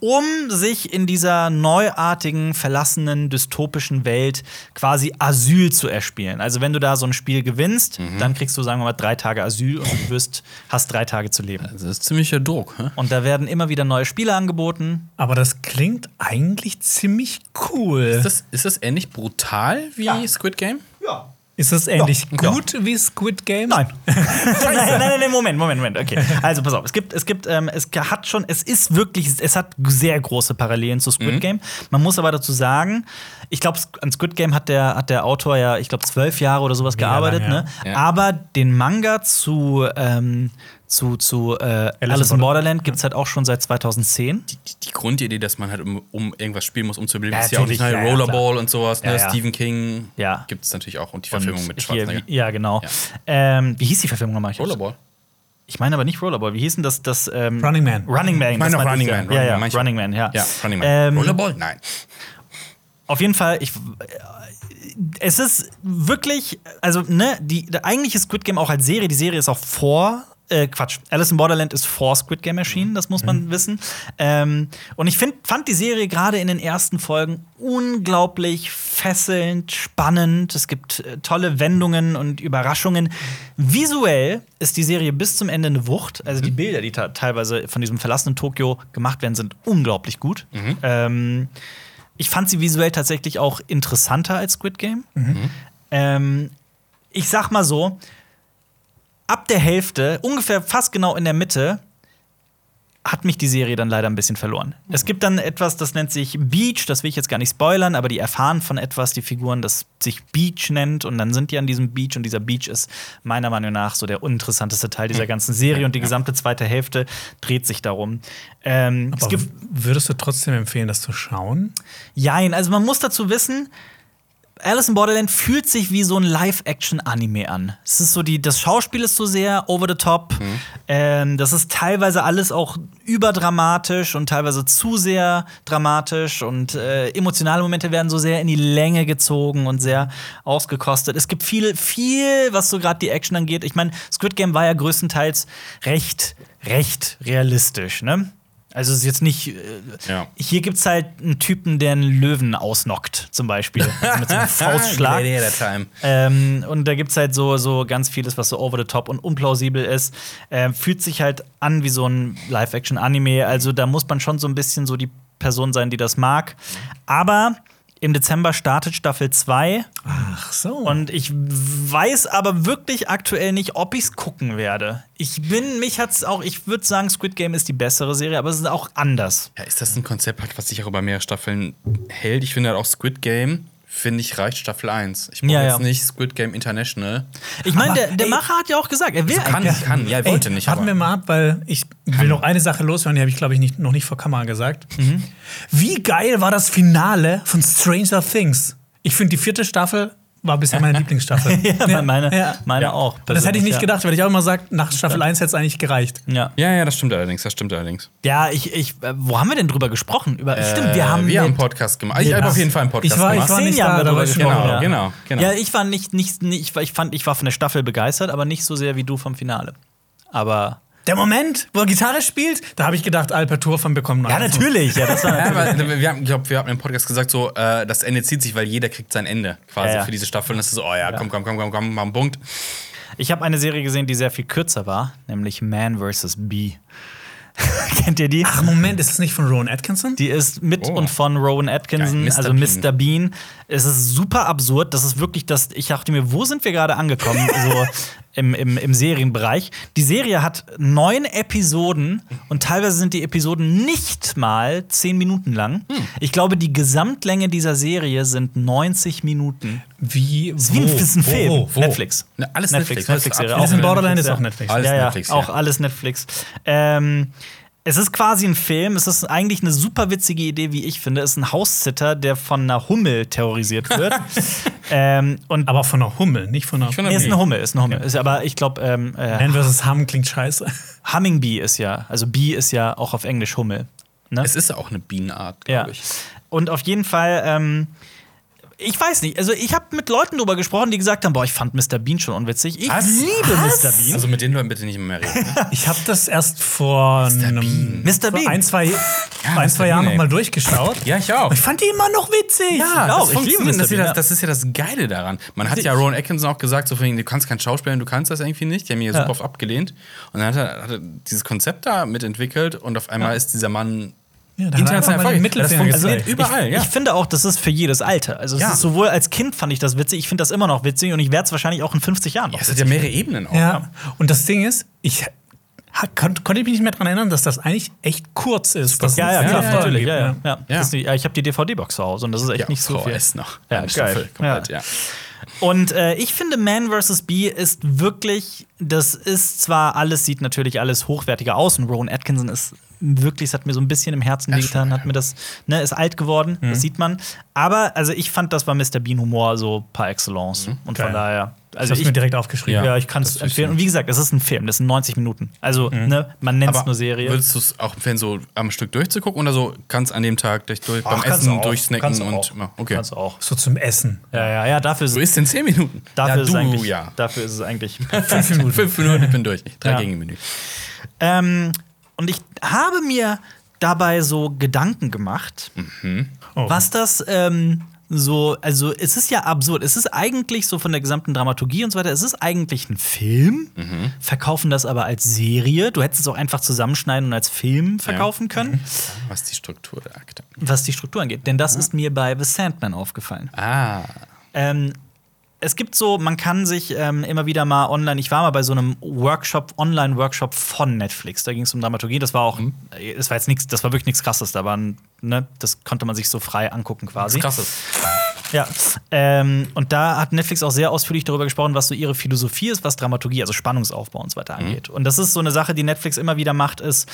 A: um sich in dieser neuartigen, verlassenen, dystopischen Welt quasi Asyl zu erspielen. Also wenn du da so ein Spiel gewinnst, dann kriegst du, sagen wir mal, drei Tage Asyl und du wirst, hast drei Tage zu leben.
C: Das ist ziemlicher Druck. Hä?
A: Und da werden immer wieder neue Spiele angeboten.
B: Aber das klingt eigentlich ziemlich cool.
C: Ist das, ist das ähnlich brutal wie
A: Ja.
C: Squid Game?
A: Ja.
B: Ist das ähnlich
C: Ja.
B: gut wie Squid Game?
A: Nein. nein, nein, nein, nein, Moment, Moment, Moment. Okay. Also pass auf, es gibt, es gibt, ähm, es hat schon, es ist wirklich, es hat sehr große Parallelen zu
C: Mhm.
A: Squid Game. Man muss aber dazu sagen, ich glaube, an Squid Game hat der, hat der Autor ja, ich glaube, zwölf Jahre oder sowas gearbeitet,
B: lang, ja.
A: ne?
C: Ja.
A: Aber den Manga zu, ähm, zu, zu äh,
B: in
A: Alice in
B: Borderland.
A: Borderland gibt es halt auch schon seit 2010.
C: Die, die, die Grundidee, dass man halt um, um irgendwas spielen muss, um zu überleben,
A: Ja,
C: ist ja auch
A: natürlich,
C: nicht ne?
A: ja, ja,
C: Rollerball und sowas. Ne?
A: Ja, ja.
C: Stephen King
A: Ja.
C: gibt es natürlich auch. Und die Verfilmung mit Schwarzenegger.
A: Hier, wie, ja, genau.
C: Ja.
A: Ähm, wie hieß die Verfilmung nochmal? Ich hab's-
C: Rollerball.
A: Ich meine aber nicht Rollerball. Wie hieß denn das? das ähm,
B: Running Man.
A: Running Man.
C: meine
A: das
C: auch
A: meinte ich
C: Running
A: ja.
C: Man,
A: Ja,
C: Running
A: ja,
C: Man, manche-
A: Running Man, ja.
C: Ja, Running Man.
A: Ähm,
C: Rollerball? Nein.
A: Auf jeden Fall, ich. äh, Es ist wirklich, also, ne, die, die eigentliche Squid Game auch als Serie, die Serie ist auch vor. Äh, Quatsch. Alice in Borderland ist vor Squid Game erschienen, das muss man wissen. Ähm, und ich find, fand die Serie gerade in den ersten Folgen unglaublich fesselnd, spannend. Es gibt äh, tolle Wendungen und Überraschungen. Visuell ist die Serie bis zum Ende eine Wucht. Also die Bilder, die ta- teilweise von diesem verlassenen Tokio gemacht werden, sind unglaublich gut. Ähm, ich fand sie visuell tatsächlich auch interessanter als Squid Game. Ähm, ich sag mal so, ab der Hälfte, ungefähr fast genau in der Mitte, hat mich die Serie dann leider ein bisschen verloren. Es gibt dann etwas, das nennt sich Beach, das will ich jetzt gar nicht spoilern, aber die erfahren von etwas, die Figuren, das sich Beach nennt und dann sind die an diesem Beach und dieser Beach ist meiner Meinung nach so der interessanteste Teil dieser ganzen Serie und die gesamte zweite Hälfte dreht sich darum. Ähm, es
B: Aber
A: gibt
B: würdest du trotzdem empfehlen, das zu schauen?
A: Jein, also man muss dazu wissen, Alice in Borderland fühlt sich wie so ein Live-Action-Anime an. Es ist so die, das Schauspiel ist so sehr over the top. Ähm, das ist teilweise alles auch überdramatisch und teilweise zu sehr dramatisch und äh, emotionale Momente werden so sehr in die Länge gezogen und sehr ausgekostet. Es gibt viel, viel, was so gerade die Action angeht. Ich meine, Squid Game war ja größtenteils recht, recht realistisch, ne? Also es ist jetzt nicht. Äh,
C: Ja.
A: Hier gibt's halt einen Typen, der einen Löwen ausnockt, zum Beispiel. Also mit so einem Faustschlag.
C: Gladiator Time.
A: Ähm, und da gibt es halt so, so ganz vieles, was so over the top und unplausibel ist. Ähm, fühlt sich halt an wie so ein Live-Action-Anime. Also da muss man schon so ein bisschen so die Person sein, die das mag. Aber im Dezember startet Staffel 2
B: Ach so.
A: und ich weiß aber wirklich aktuell nicht, ob ich es gucken werde. Ich bin, mich hat's auch, ich würde sagen, Squid Game ist die bessere Serie, aber es ist auch anders.
C: Ja, ist das ein Konzept, halt, was sich auch über mehrere Staffeln hält? Ich finde halt auch Squid Game, finde ich, reicht Staffel 1. Ich brauche
A: Ja, ja.
C: jetzt nicht Squid Game International.
A: Ich meine,
B: Aber,
A: der, der
B: ey,
A: Macher hat ja auch gesagt, er will
C: Kann,
A: eigentlich-
C: kann, ja,
B: Ey,
C: wollte nicht.
B: Warten wir
C: aber-
B: mal ab, weil ich will noch eine Sache loswerden, die habe ich, glaube ich, nicht, noch nicht vor Kamera gesagt.
A: Mhm.
B: Wie geil war das Finale von Stranger Things? Ich finde, die vierte Staffel war bisher meine Lieblingsstaffel. Ne?
A: Ja, meine,
B: ja.
A: meine
C: Ja.
A: auch.
B: Das hätte ich
A: persönlich,
B: nicht
A: ja.
B: gedacht, weil ich auch immer sage, nach Staffel 1 hätte es eigentlich gereicht.
A: Ja.
C: Ja, ja, das stimmt allerdings, das stimmt allerdings.
A: Ja, ich, ich, äh, wo haben wir denn drüber gesprochen? Über, stimmt,
C: Äh,
A: wir haben.
C: wir haben einen
A: mit-
C: Podcast gemacht. Ich
A: mit-
C: habe auf jeden Fall einen Podcast
B: Ich war- ich
C: gemacht.
B: war-
A: zehn
B: nicht
A: Jahre
B: da,
A: darüber
B: darüber
A: gesprochen.
C: gesprochen,
A: ja.
C: ja. Genau, genau, genau.
A: Ja, ich war nicht, nicht, nicht ich fand, ich war von der Staffel begeistert, aber nicht so sehr wie du vom Finale. Aber.
B: Der Moment, wo er Gitarre spielt, da habe ich gedacht, Alper Turfan bekommt einen Eins.
A: Ja, das war
C: Ja, aber wir haben, ich glaube, wir haben im Podcast gesagt, so, äh, das Ende zieht sich, weil jeder kriegt sein Ende quasi
A: Ja, ja.
C: für diese Staffel. Und das ist so, oh ja, komm, komm, komm, komm, komm, mach einen Punkt.
A: Ich habe eine Serie gesehen, die sehr viel kürzer war, nämlich Man vs. Bee. Kennt ihr die?
B: Ach, Moment, ist es nicht von Rowan Atkinson?
A: Die ist mit
C: Oh.
A: und von Rowan Atkinson,
C: Geil, Mr.
A: also Mr. Bean. Es ist super absurd. Das ist wirklich das. Ich dachte mir, wo sind wir gerade angekommen? so im, im, im Serienbereich. Die Serie hat neun Episoden und teilweise sind die Episoden nicht mal zehn Minuten lang.
B: Hm.
A: Ich glaube, die Gesamtlänge dieser Serie sind 90 Minuten.
B: Wie,
A: Das ist wie ein, das ist ein Film.
B: Wo, wo?
A: Netflix.
C: Na, Ne, alles Netflix,
A: Netflix-Serie. auch
C: alles
B: Alice in
C: Netflix,
B: Borderland ist
A: ja.
B: auch Netflix.
C: Alles
A: ja, ja,
C: Netflix, ja.
A: auch alles Netflix. Ähm, es ist quasi ein Film. Es ist eigentlich eine super witzige Idee, wie ich finde. Es ist ein Haussitter, der von einer Hummel terrorisiert wird. ähm, und
B: Aber von einer Hummel, nicht von einer.
C: von einer-
A: nee, ist eine Hummel, ist eine Hummel. Ist, aber ich glaube, ähm, äh,
B: Man vs. Ham klingt scheiße.
A: Hummingbee ist ja, also Bee ist ja auch auf Englisch Hummel. Ne?
C: Es ist ja auch eine Bienenart,
A: Ja.
C: glaube ich.
A: Und auf jeden Fall, ähm, ich weiß nicht, also ich habe mit Leuten drüber gesprochen, die gesagt haben: Boah, ich fand Mr. Bean schon unwitzig. Ich
C: Was?
A: liebe Mr. Bean.
C: Also mit den Leuten bitte nicht mehr reden. ne?
B: Ich habe das erst vor einem
A: Mr.
B: vor
A: Bean.
B: ein, zwei, vor ein,
C: Mr.
B: zwei
C: Bean,
B: Jahren
C: ey.
B: nochmal durchgeschaut.
C: ja, ich auch.
B: Ich fand die immer noch witzig.
A: Ich
C: Ja,
A: auch.
C: das,
A: Ich liebe
C: funktioniert.
A: Mr.
C: das, ist ja
A: Bean,
C: das, das ist ja das Geile daran. Man hat ja Rowan Atkinson auch gesagt, so von wegen, du kannst kein Schauspieler, du kannst das irgendwie nicht. Die haben ihn ja super oft abgelehnt. Und dann hat er, hat er dieses Konzept da mitentwickelt und auf einmal ist dieser Mann
B: Ja, da hat er einfach mal den
C: Das
B: Mittelfinger
C: funktioniert
B: gezeigt.
C: überall,
A: Also ich,
C: ja.
A: ich finde auch, das ist für jedes Alter. Also es
C: Ja.
A: ist sowohl als Kind fand ich das witzig, ich finde das immer noch witzig und ich werde es wahrscheinlich auch in 50 Jahren noch.
C: das hat ja mehrere Ebenen auch.
B: Ja. Und das Ding ist, ich ha- kon konnte mich nicht mehr daran erinnern, dass das eigentlich echt kurz ist. dass es viele
C: klar,
B: Folgen
A: natürlich.
B: gibt,
A: Ja, ja.
B: ne?
A: Ja.
C: Ja.
A: Das ist die- ja, ich habe die DVD-Box zu Hause und das ist echt
C: Ja,
A: nicht so
C: Frau
A: viel.
C: S noch.
A: Ja,
C: Eine
A: geil.
C: Staffel komplett, ja.
A: Und äh, ich finde, Man vs. Bee ist wirklich, das ist zwar alles, sieht natürlich alles hochwertiger aus und Rowan Atkinson ist wirklich, es hat mir so ein bisschen im Herzen
C: Ja, Mhm.
A: wehgetan,
C: schon,
A: hat mir das, ne, ist alt geworden, das sieht man. Aber, also ich fand, das war Mr. Bean Humor so par excellence.
C: Mhm,
A: Und
B: Geil.
A: von daher,
B: Ich
A: also
B: habe
A: ich,
B: mir direkt aufgeschrieben.
A: ja,
C: Ja,
A: ich kann
C: das
A: es
C: ist
A: empfehlen.
C: so.
A: Und wie gesagt, es ist ein Film, das sind 90 Minuten. Also, ne, man nennt es nur Serie.
C: Würdest du es auch empfehlen, so am Stück durchzugucken oder so kannst an dem Tag durch, durch, beim
A: kannst
C: Essen
A: du auch, kannst
C: durchsnacken
A: du
C: und
A: auch,
C: ja, okay.
A: Kannst du auch.
B: So zum Essen.
A: Ja, ja, ja, dafür
C: Du
A: ist,
C: isst in 10 Minuten.
A: dafür
C: ja,
A: ist, es
C: du,
A: eigentlich,
C: ja.
A: dafür ist es eigentlich
B: Fünf Minuten.
C: Fünf Minuten, ich bin durch. Drei
A: Ja.
C: Gänge Menü.
A: Ähm, und ich habe mir dabei so Gedanken gemacht,
C: Mhm.
B: Oh.
A: was das ähm, so, also es ist ja absurd. Es ist eigentlich so von der gesamten Dramaturgie und so weiter, es ist eigentlich ein Film,
C: Mhm.
A: verkaufen das aber als Serie. Du hättest es auch einfach zusammenschneiden und als Film verkaufen können,
C: Mhm. Was die Struktur der Akte.
A: was die Struktur angeht. Denn das ist mir bei The Sandman aufgefallen.
C: Ah,
A: Ähm, es gibt so, man kann sich ähm, immer wieder mal online, ich war mal bei so einem Workshop, Online-Workshop von Netflix, da ging es um Dramaturgie, das war auch, äh, das war jetzt nichts, das war wirklich nichts krasses, da waren, ne, das konnte man sich so frei angucken quasi.
C: krasses.
A: Ja. Ähm, und da hat Netflix auch sehr ausführlich darüber gesprochen, was so ihre Philosophie ist, was Dramaturgie, also Spannungsaufbau und so weiter angeht. Und das ist so eine Sache, die Netflix immer wieder macht, ist,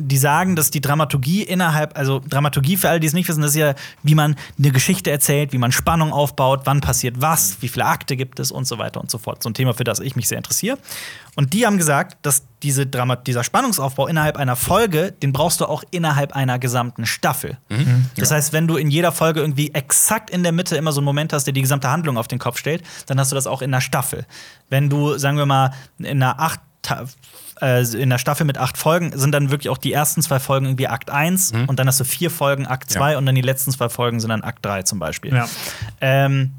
A: die sagen, dass die Dramaturgie innerhalb, also Dramaturgie für alle, die es nicht wissen, das ist ja, wie man eine Geschichte erzählt, wie man Spannung aufbaut, wann passiert was, wie viele Akte gibt es und so weiter und so fort. So ein Thema, für das ich mich sehr interessiere. Und die haben gesagt, dass diese Drama dieser Spannungsaufbau innerhalb einer Folge, den brauchst du auch innerhalb einer gesamten Staffel. Mhm. Das heißt, wenn du in jeder Folge irgendwie exakt in der Mitte immer so einen Moment hast, der die gesamte Handlung auf den Kopf stellt, dann hast du das auch in der Staffel. Wenn du, sagen wir mal, in einer acht Ta- äh, in der Staffel mit acht Folgen sind dann wirklich auch die ersten zwei Folgen irgendwie Akt 1 und dann hast du vier Folgen Akt 2 und dann die letzten zwei Folgen sind dann Akt 3 zum Beispiel.
B: Ja.
A: Ähm,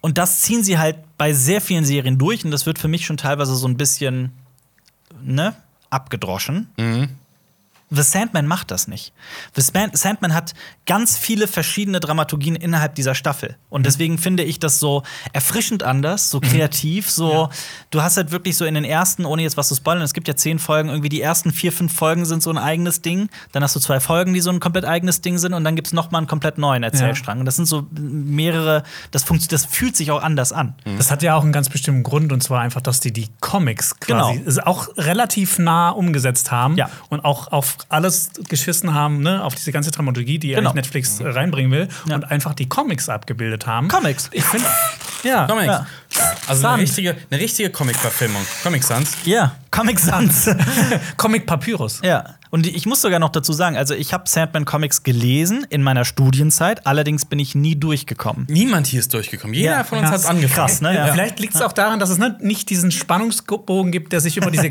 A: und das ziehen sie halt bei sehr vielen Serien durch und das wird für mich schon teilweise so ein bisschen ne, abgedroschen. The Sandman macht das nicht. The Span- Sandman hat ganz viele verschiedene Dramaturgien innerhalb dieser Staffel. Und deswegen finde ich das so erfrischend anders, so kreativ, so du hast halt wirklich so in den ersten, ohne jetzt was zu spoilern, es gibt ja zehn Folgen, irgendwie die ersten vier, fünf Folgen sind so ein eigenes Ding. Dann hast du zwei Folgen, die so ein komplett eigenes Ding sind und dann gibt es nochmal einen komplett neuen Erzählstrang. Und das sind so mehrere, das, funkt, das fühlt sich auch anders an.
B: Das hat ja auch einen ganz bestimmten Grund, und zwar einfach, dass die die Comics quasi
A: Genau.
B: auch relativ nah umgesetzt haben
A: Ja.
B: und auch auf alles geschissen haben, ne? auf diese ganze Dramaturgie, die
A: Genau.
B: eigentlich Netflix äh, reinbringen will,
A: Ja.
B: und einfach die Comics abgebildet haben.
A: Comics.
B: Ich finde, ja.
C: Comics.
A: Ja.
C: Also
B: Sand.
C: eine richtige, eine richtige Comic-Verfilmung. Comic Sans.
A: Ja, Comic Sans.
B: Comic Papyrus.
A: Ja, und ich muss sogar noch dazu sagen, also ich habe Sandman Comics gelesen in meiner Studienzeit, allerdings bin ich nie durchgekommen.
C: Niemand hier ist durchgekommen. Jeder
A: Ja,
C: von uns
B: ja.
C: hat angefangen.
A: Krass, ne?
B: Ja.
A: Ja.
B: Vielleicht liegt es auch daran, dass es ne, nicht diesen Spannungsbogen gibt, der sich über diese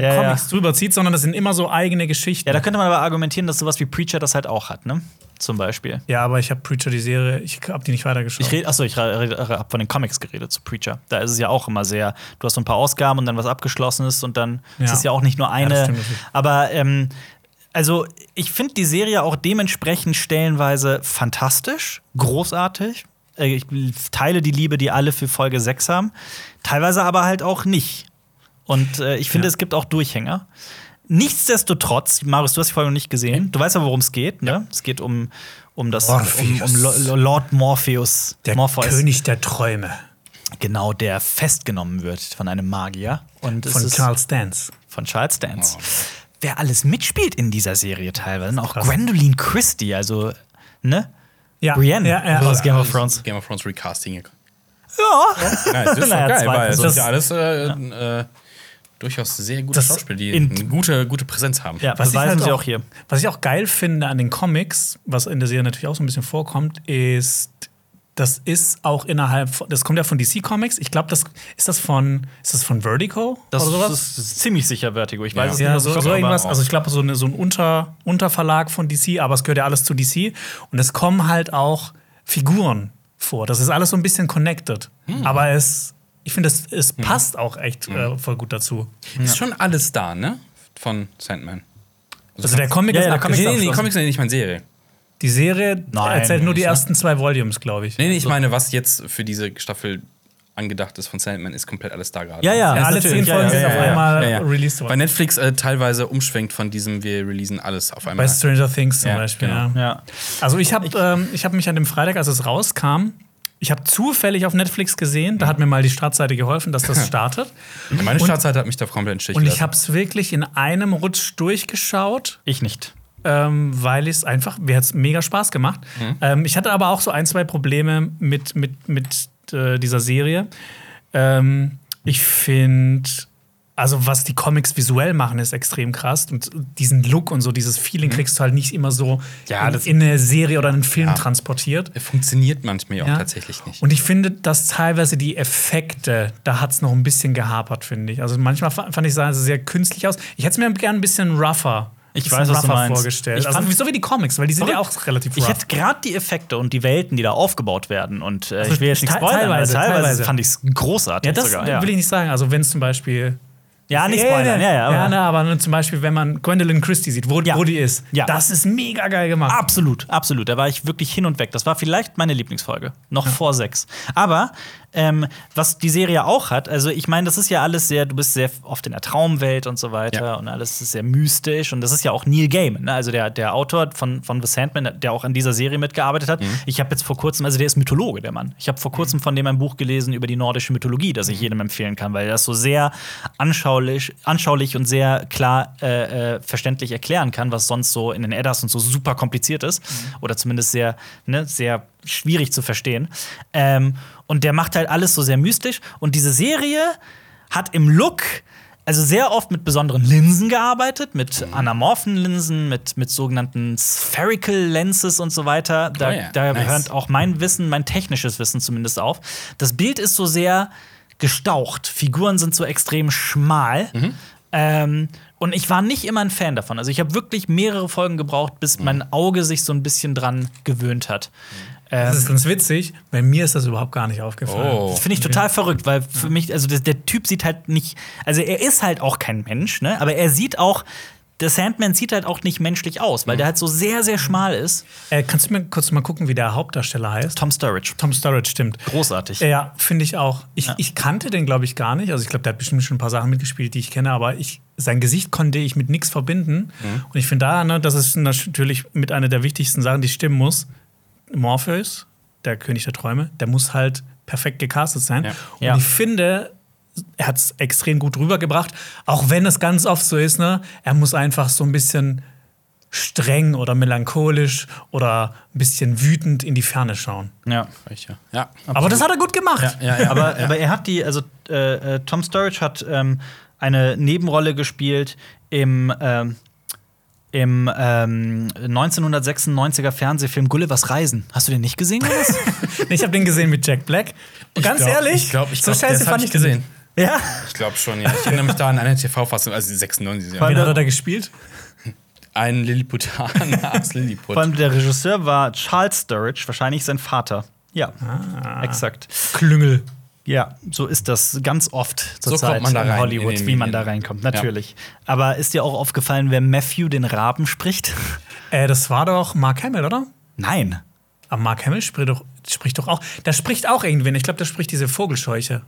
A: Ja, ja.
B: Comics drüber zieht, sondern das sind immer so eigene Geschichten.
A: Ja, da könnte man aber argumentieren, dass sowas wie Preacher das halt auch hat, ne? Zum Beispiel.
B: Ja, aber ich habe Preacher die Serie, ich habe die nicht weitergeschaut.
A: Ich rede, achso, ich habe von den Comics geredet zu Preacher. Da ist es ja auch immer sehr, du hast so ein paar Ausgaben und dann was abgeschlossenes und dann
B: Ja.
A: ist es ja auch nicht nur eine.
B: das stimmt natürlich.
A: aber ähm, also ich finde die Serie auch dementsprechend stellenweise fantastisch, großartig. Äh, Ich teile die Liebe, die alle für Folge 6 haben. Teilweise aber halt auch nicht. Und äh, ich finde,
B: Ja.
A: es gibt auch Durchhänger. Nichtsdestotrotz, Marius, du hast die Folge noch nicht gesehen. Du weißt aber, worum es geht, ne? Es geht um, um
B: Oh,
A: das um, um
B: Morpheus.
A: Lo- Lord Morpheus.
B: der
A: Morpheus,
B: König der Träume
A: genau, der festgenommen wird von einem Magier. Und es
B: von
A: ist
B: Charles Dance.
A: von Charles Dance.
B: Oh.
A: Wer alles mitspielt in dieser Serie teilweise. Auch
B: Krass.
A: Gwendoline Christie, also, ne?
B: Ja.
A: Brienne Also,
B: Ja, ja.
A: aus Game of Thrones.
C: Also, Game of Thrones Recasting. hier.
A: Ja.
C: Nein, das ist doch
A: Naja,
C: geil,
A: zweitens.
C: weil das
A: Das-
C: ist ja alles äh, äh, durchaus sehr gute
B: Das
C: Schauspieler, die
A: in-
C: eine gute, gute Präsenz haben.
A: Ja, beweisen sie auch hier.
B: halt Was ich auch geil finde an den Comics, was in der Serie natürlich auch so ein bisschen vorkommt, ist, das ist auch innerhalb, von, das kommt ja von DC Comics. Ich glaube, das ist das von, ist das von Vertigo
A: Das
B: oder sowas?
A: ist, ist ziemlich sicher Vertigo. Ich weiß
C: Ja.
A: es nicht.
B: Ja,
A: mehr
B: so,
A: sicher,
B: so
A: aber-
B: irgendwas. Also ich glaube, so, eine, so ein Unter, Unterverlag von DC, aber es gehört ja alles zu DC. Und es kommen halt auch Figuren vor. Das ist alles so ein bisschen connected.
A: Hm.
B: Aber es, ich finde, es, es passt auch echt äh, voll gut dazu.
C: Ist schon alles da, ne? Von Sandman.
B: Also der Comic
A: Ja,
B: ist
A: ja, der Comic
B: abgeschlossen.
A: ist
C: Nee, nee, nee, Comics, nee, ich meine Serie.
B: Die Serie
A: Nein,
B: erzählt nur die
A: nicht, ne?
B: ersten zwei Volumes, glaube ich.
C: Nee, nee, ich meine, was jetzt für diese Staffel angedacht ist von Sandman, ist komplett alles da gerade.
A: Ja, ja,
B: Ja, alle
A: natürlich.
B: zehn
A: Ja,
B: Folgen
A: ja,
B: sind
A: ja,
B: auf
A: ja.
B: einmal released
C: Bei
B: worden.
C: Netflix äh, teilweise umschwenkt von diesem, wir releasen alles auf einmal.
B: Bei Stranger Things zum
C: Ja,
B: Beispiel.
C: genau.
B: Ja.
A: Ja.
B: Also ich habe ähm, ich hab mich an dem Freitag, als es rauskam, ich habe zufällig auf Netflix gesehen,
A: Mhm.
B: da hat mir mal die Startseite geholfen, dass das startet.
C: Meine Startzeit hat mich da komplett entschickt.
B: Und ich habe es wirklich in einem Rutsch durchgeschaut,
A: Ich nicht.
B: ähm, weil es einfach, mir hat es mega Spaß gemacht.
C: Mhm.
B: Ähm, ich hatte aber auch so ein, zwei Probleme mit, mit, mit äh, dieser Serie. Ähm, ich finde, also was die Comics visuell machen, ist extrem krass. Und diesen Look und so, dieses Feeling kriegst du halt nicht immer so
C: Mhm. Ja,
B: in,
C: das-
B: in eine Serie oder einen Film
C: Ja.
B: transportiert.
C: Funktioniert manchmal ja auch
B: Ja.
C: tatsächlich nicht.
B: Und ich finde, dass teilweise die Effekte, da hat es noch ein bisschen gehapert, finde ich. Also manchmal fa- fand ich sah es sehr künstlich aus. Ich hätte es mir gerne ein bisschen rougher.
A: Ich
B: bisschen
A: weiß, was du
B: rougher
A: meinst.
B: vorgestellt.
A: Ich
B: also
A: fand-
B: so wie die Comics, weil die sind ja
A: Verrückt.
B: auch relativ
A: Ich
B: rough.
A: hätte gerade die Effekte und die Welten, die da aufgebaut werden. Und äh, ich will jetzt nicht
B: Also te-
A: spoilern, aber
B: teilweise,
A: teilweise,
B: teilweise.
A: fand ich es großartig
B: ja, das
A: sogar. Ja,
B: will ich nicht sagen. Also wenn es zum Beispiel
A: ja nicht
B: Ja,
A: spoilern.
B: ne,
A: Ja, ja, aber
B: ne, aber ne, zum Beispiel, wenn man Gwendolyn Christie sieht, wo,
A: Ja.
B: wo die ist,
A: Ja. Ah.
B: das ist mega geil gemacht.
A: Absolut, absolut. Da war ich wirklich hin und weg. Das war vielleicht meine Lieblingsfolge. Noch vor sechs. Aber ähm, was die Serie auch hat. Also ich meine, das ist ja alles sehr, du bist sehr oft in der Traumwelt und so weiter
C: Ja.
A: und alles ist sehr mystisch und das ist ja auch Neil Gaiman, ne? also der, der Autor von, von The Sandman, der auch an dieser Serie mitgearbeitet hat. Ich habe jetzt vor kurzem, also der ist Mythologe, der Mann. Ich habe
C: Mhm.
A: vor kurzem von dem ein Buch gelesen über die nordische Mythologie, das ich jedem empfehlen kann, weil er das so sehr anschaulich, anschaulich und sehr klar äh, äh, verständlich erklären kann, was sonst so in den Eddas und so super kompliziert ist
C: Mhm.
A: oder zumindest sehr, ne, sehr schwierig zu verstehen. Ähm, und der macht halt alles so sehr mystisch. Und diese Serie hat im Look also sehr oft mit besonderen Linsen gearbeitet, mit
C: Mhm.
A: anamorphen Linsen, mit, mit sogenannten Spherical Lenses und so weiter. Da,
C: Oh ja,
A: da
C: nice.
A: hört auch mein Wissen, mein technisches Wissen zumindest auf. Das Bild ist so sehr gestaucht. Figuren sind so extrem schmal. Ähm, und ich war nicht immer ein Fan davon. Also ich habe wirklich mehrere Folgen gebraucht, bis mein Auge sich so ein bisschen dran gewöhnt hat. Ähm,
B: Das ist ganz witzig, weil mir ist das überhaupt gar nicht aufgefallen.
C: Oh.
A: Das finde ich total verrückt, weil für mich, also der, der Typ sieht halt nicht, also er ist halt auch kein Mensch, ne? Aber er sieht auch, der Sandman sieht halt auch nicht menschlich aus, weil der halt so sehr, sehr schmal ist.
B: Äh, kannst du mir kurz mal gucken, wie der Hauptdarsteller heißt?
A: Tom Sturridge.
B: Tom Sturridge, stimmt.
A: Großartig.
B: Ja, finde ich auch. Ich, ich kannte den, glaube ich, gar nicht. Also ich glaube, der hat bestimmt schon ein paar Sachen mitgespielt, die ich kenne, aber ich, sein Gesicht konnte ich mit nichts verbinden. Und ich finde da, ne, das ist natürlich mit einer der wichtigsten Sachen, die stimmen muss. Morpheus, der König der Träume, der muss halt perfekt gecastet sein.
C: Ja.
B: Und
A: Ja.
B: ich finde, er hat es extrem gut rübergebracht, auch wenn es ganz oft so ist, ne, er muss einfach so ein bisschen streng oder melancholisch oder ein bisschen wütend in die Ferne schauen.
A: Ja.
C: Reicher. Ja.
B: Aber das hat er gut gemacht.
C: Ja, ja,
A: aber, aber er hat die, also äh, äh, Tom Sturridge hat ähm, eine Nebenrolle gespielt im, ähm, im ähm, 1996er Fernsehfilm Gullivers Reisen. Hast du den nicht gesehen, Jonas?
B: Nee, Ich habe den gesehen mit Jack Black. Und ganz
C: glaub-
B: ehrlich,
C: ich glaub- ich
B: so
C: glaub,
B: scheiße
C: das hab
B: fand
C: ich
B: ich den
C: gesehen.
B: nicht.
A: ja.
C: Ich glaube schon, ja. Ich erinnere mich da an eine TV-Fassung, also die 96. Ja.
A: Weil-
B: Wen hat er da gespielt?
C: Ein Lilliputaner als Lilliput.
A: Vor allem der Regisseur war Charles Sturridge, wahrscheinlich sein Vater. Ja,
C: Ah.
A: exakt.
B: Klüngel.
A: Ja, so ist das ganz oft
C: So
A: zur Zeit
C: kommt man da
A: in
C: rein,
A: Hollywood,
C: in den
A: wie man da
C: Medien.
A: reinkommt,
C: Ja.
A: natürlich. Aber ist dir auch aufgefallen, wer Matthew den Raben spricht?
B: Äh, das war doch Mark Hamill, oder?
A: Nein.
B: Aber Mark Hamill spricht doch, spricht doch auch. Der spricht auch irgendwen. Ich glaube, der spricht diese Vogelscheuche.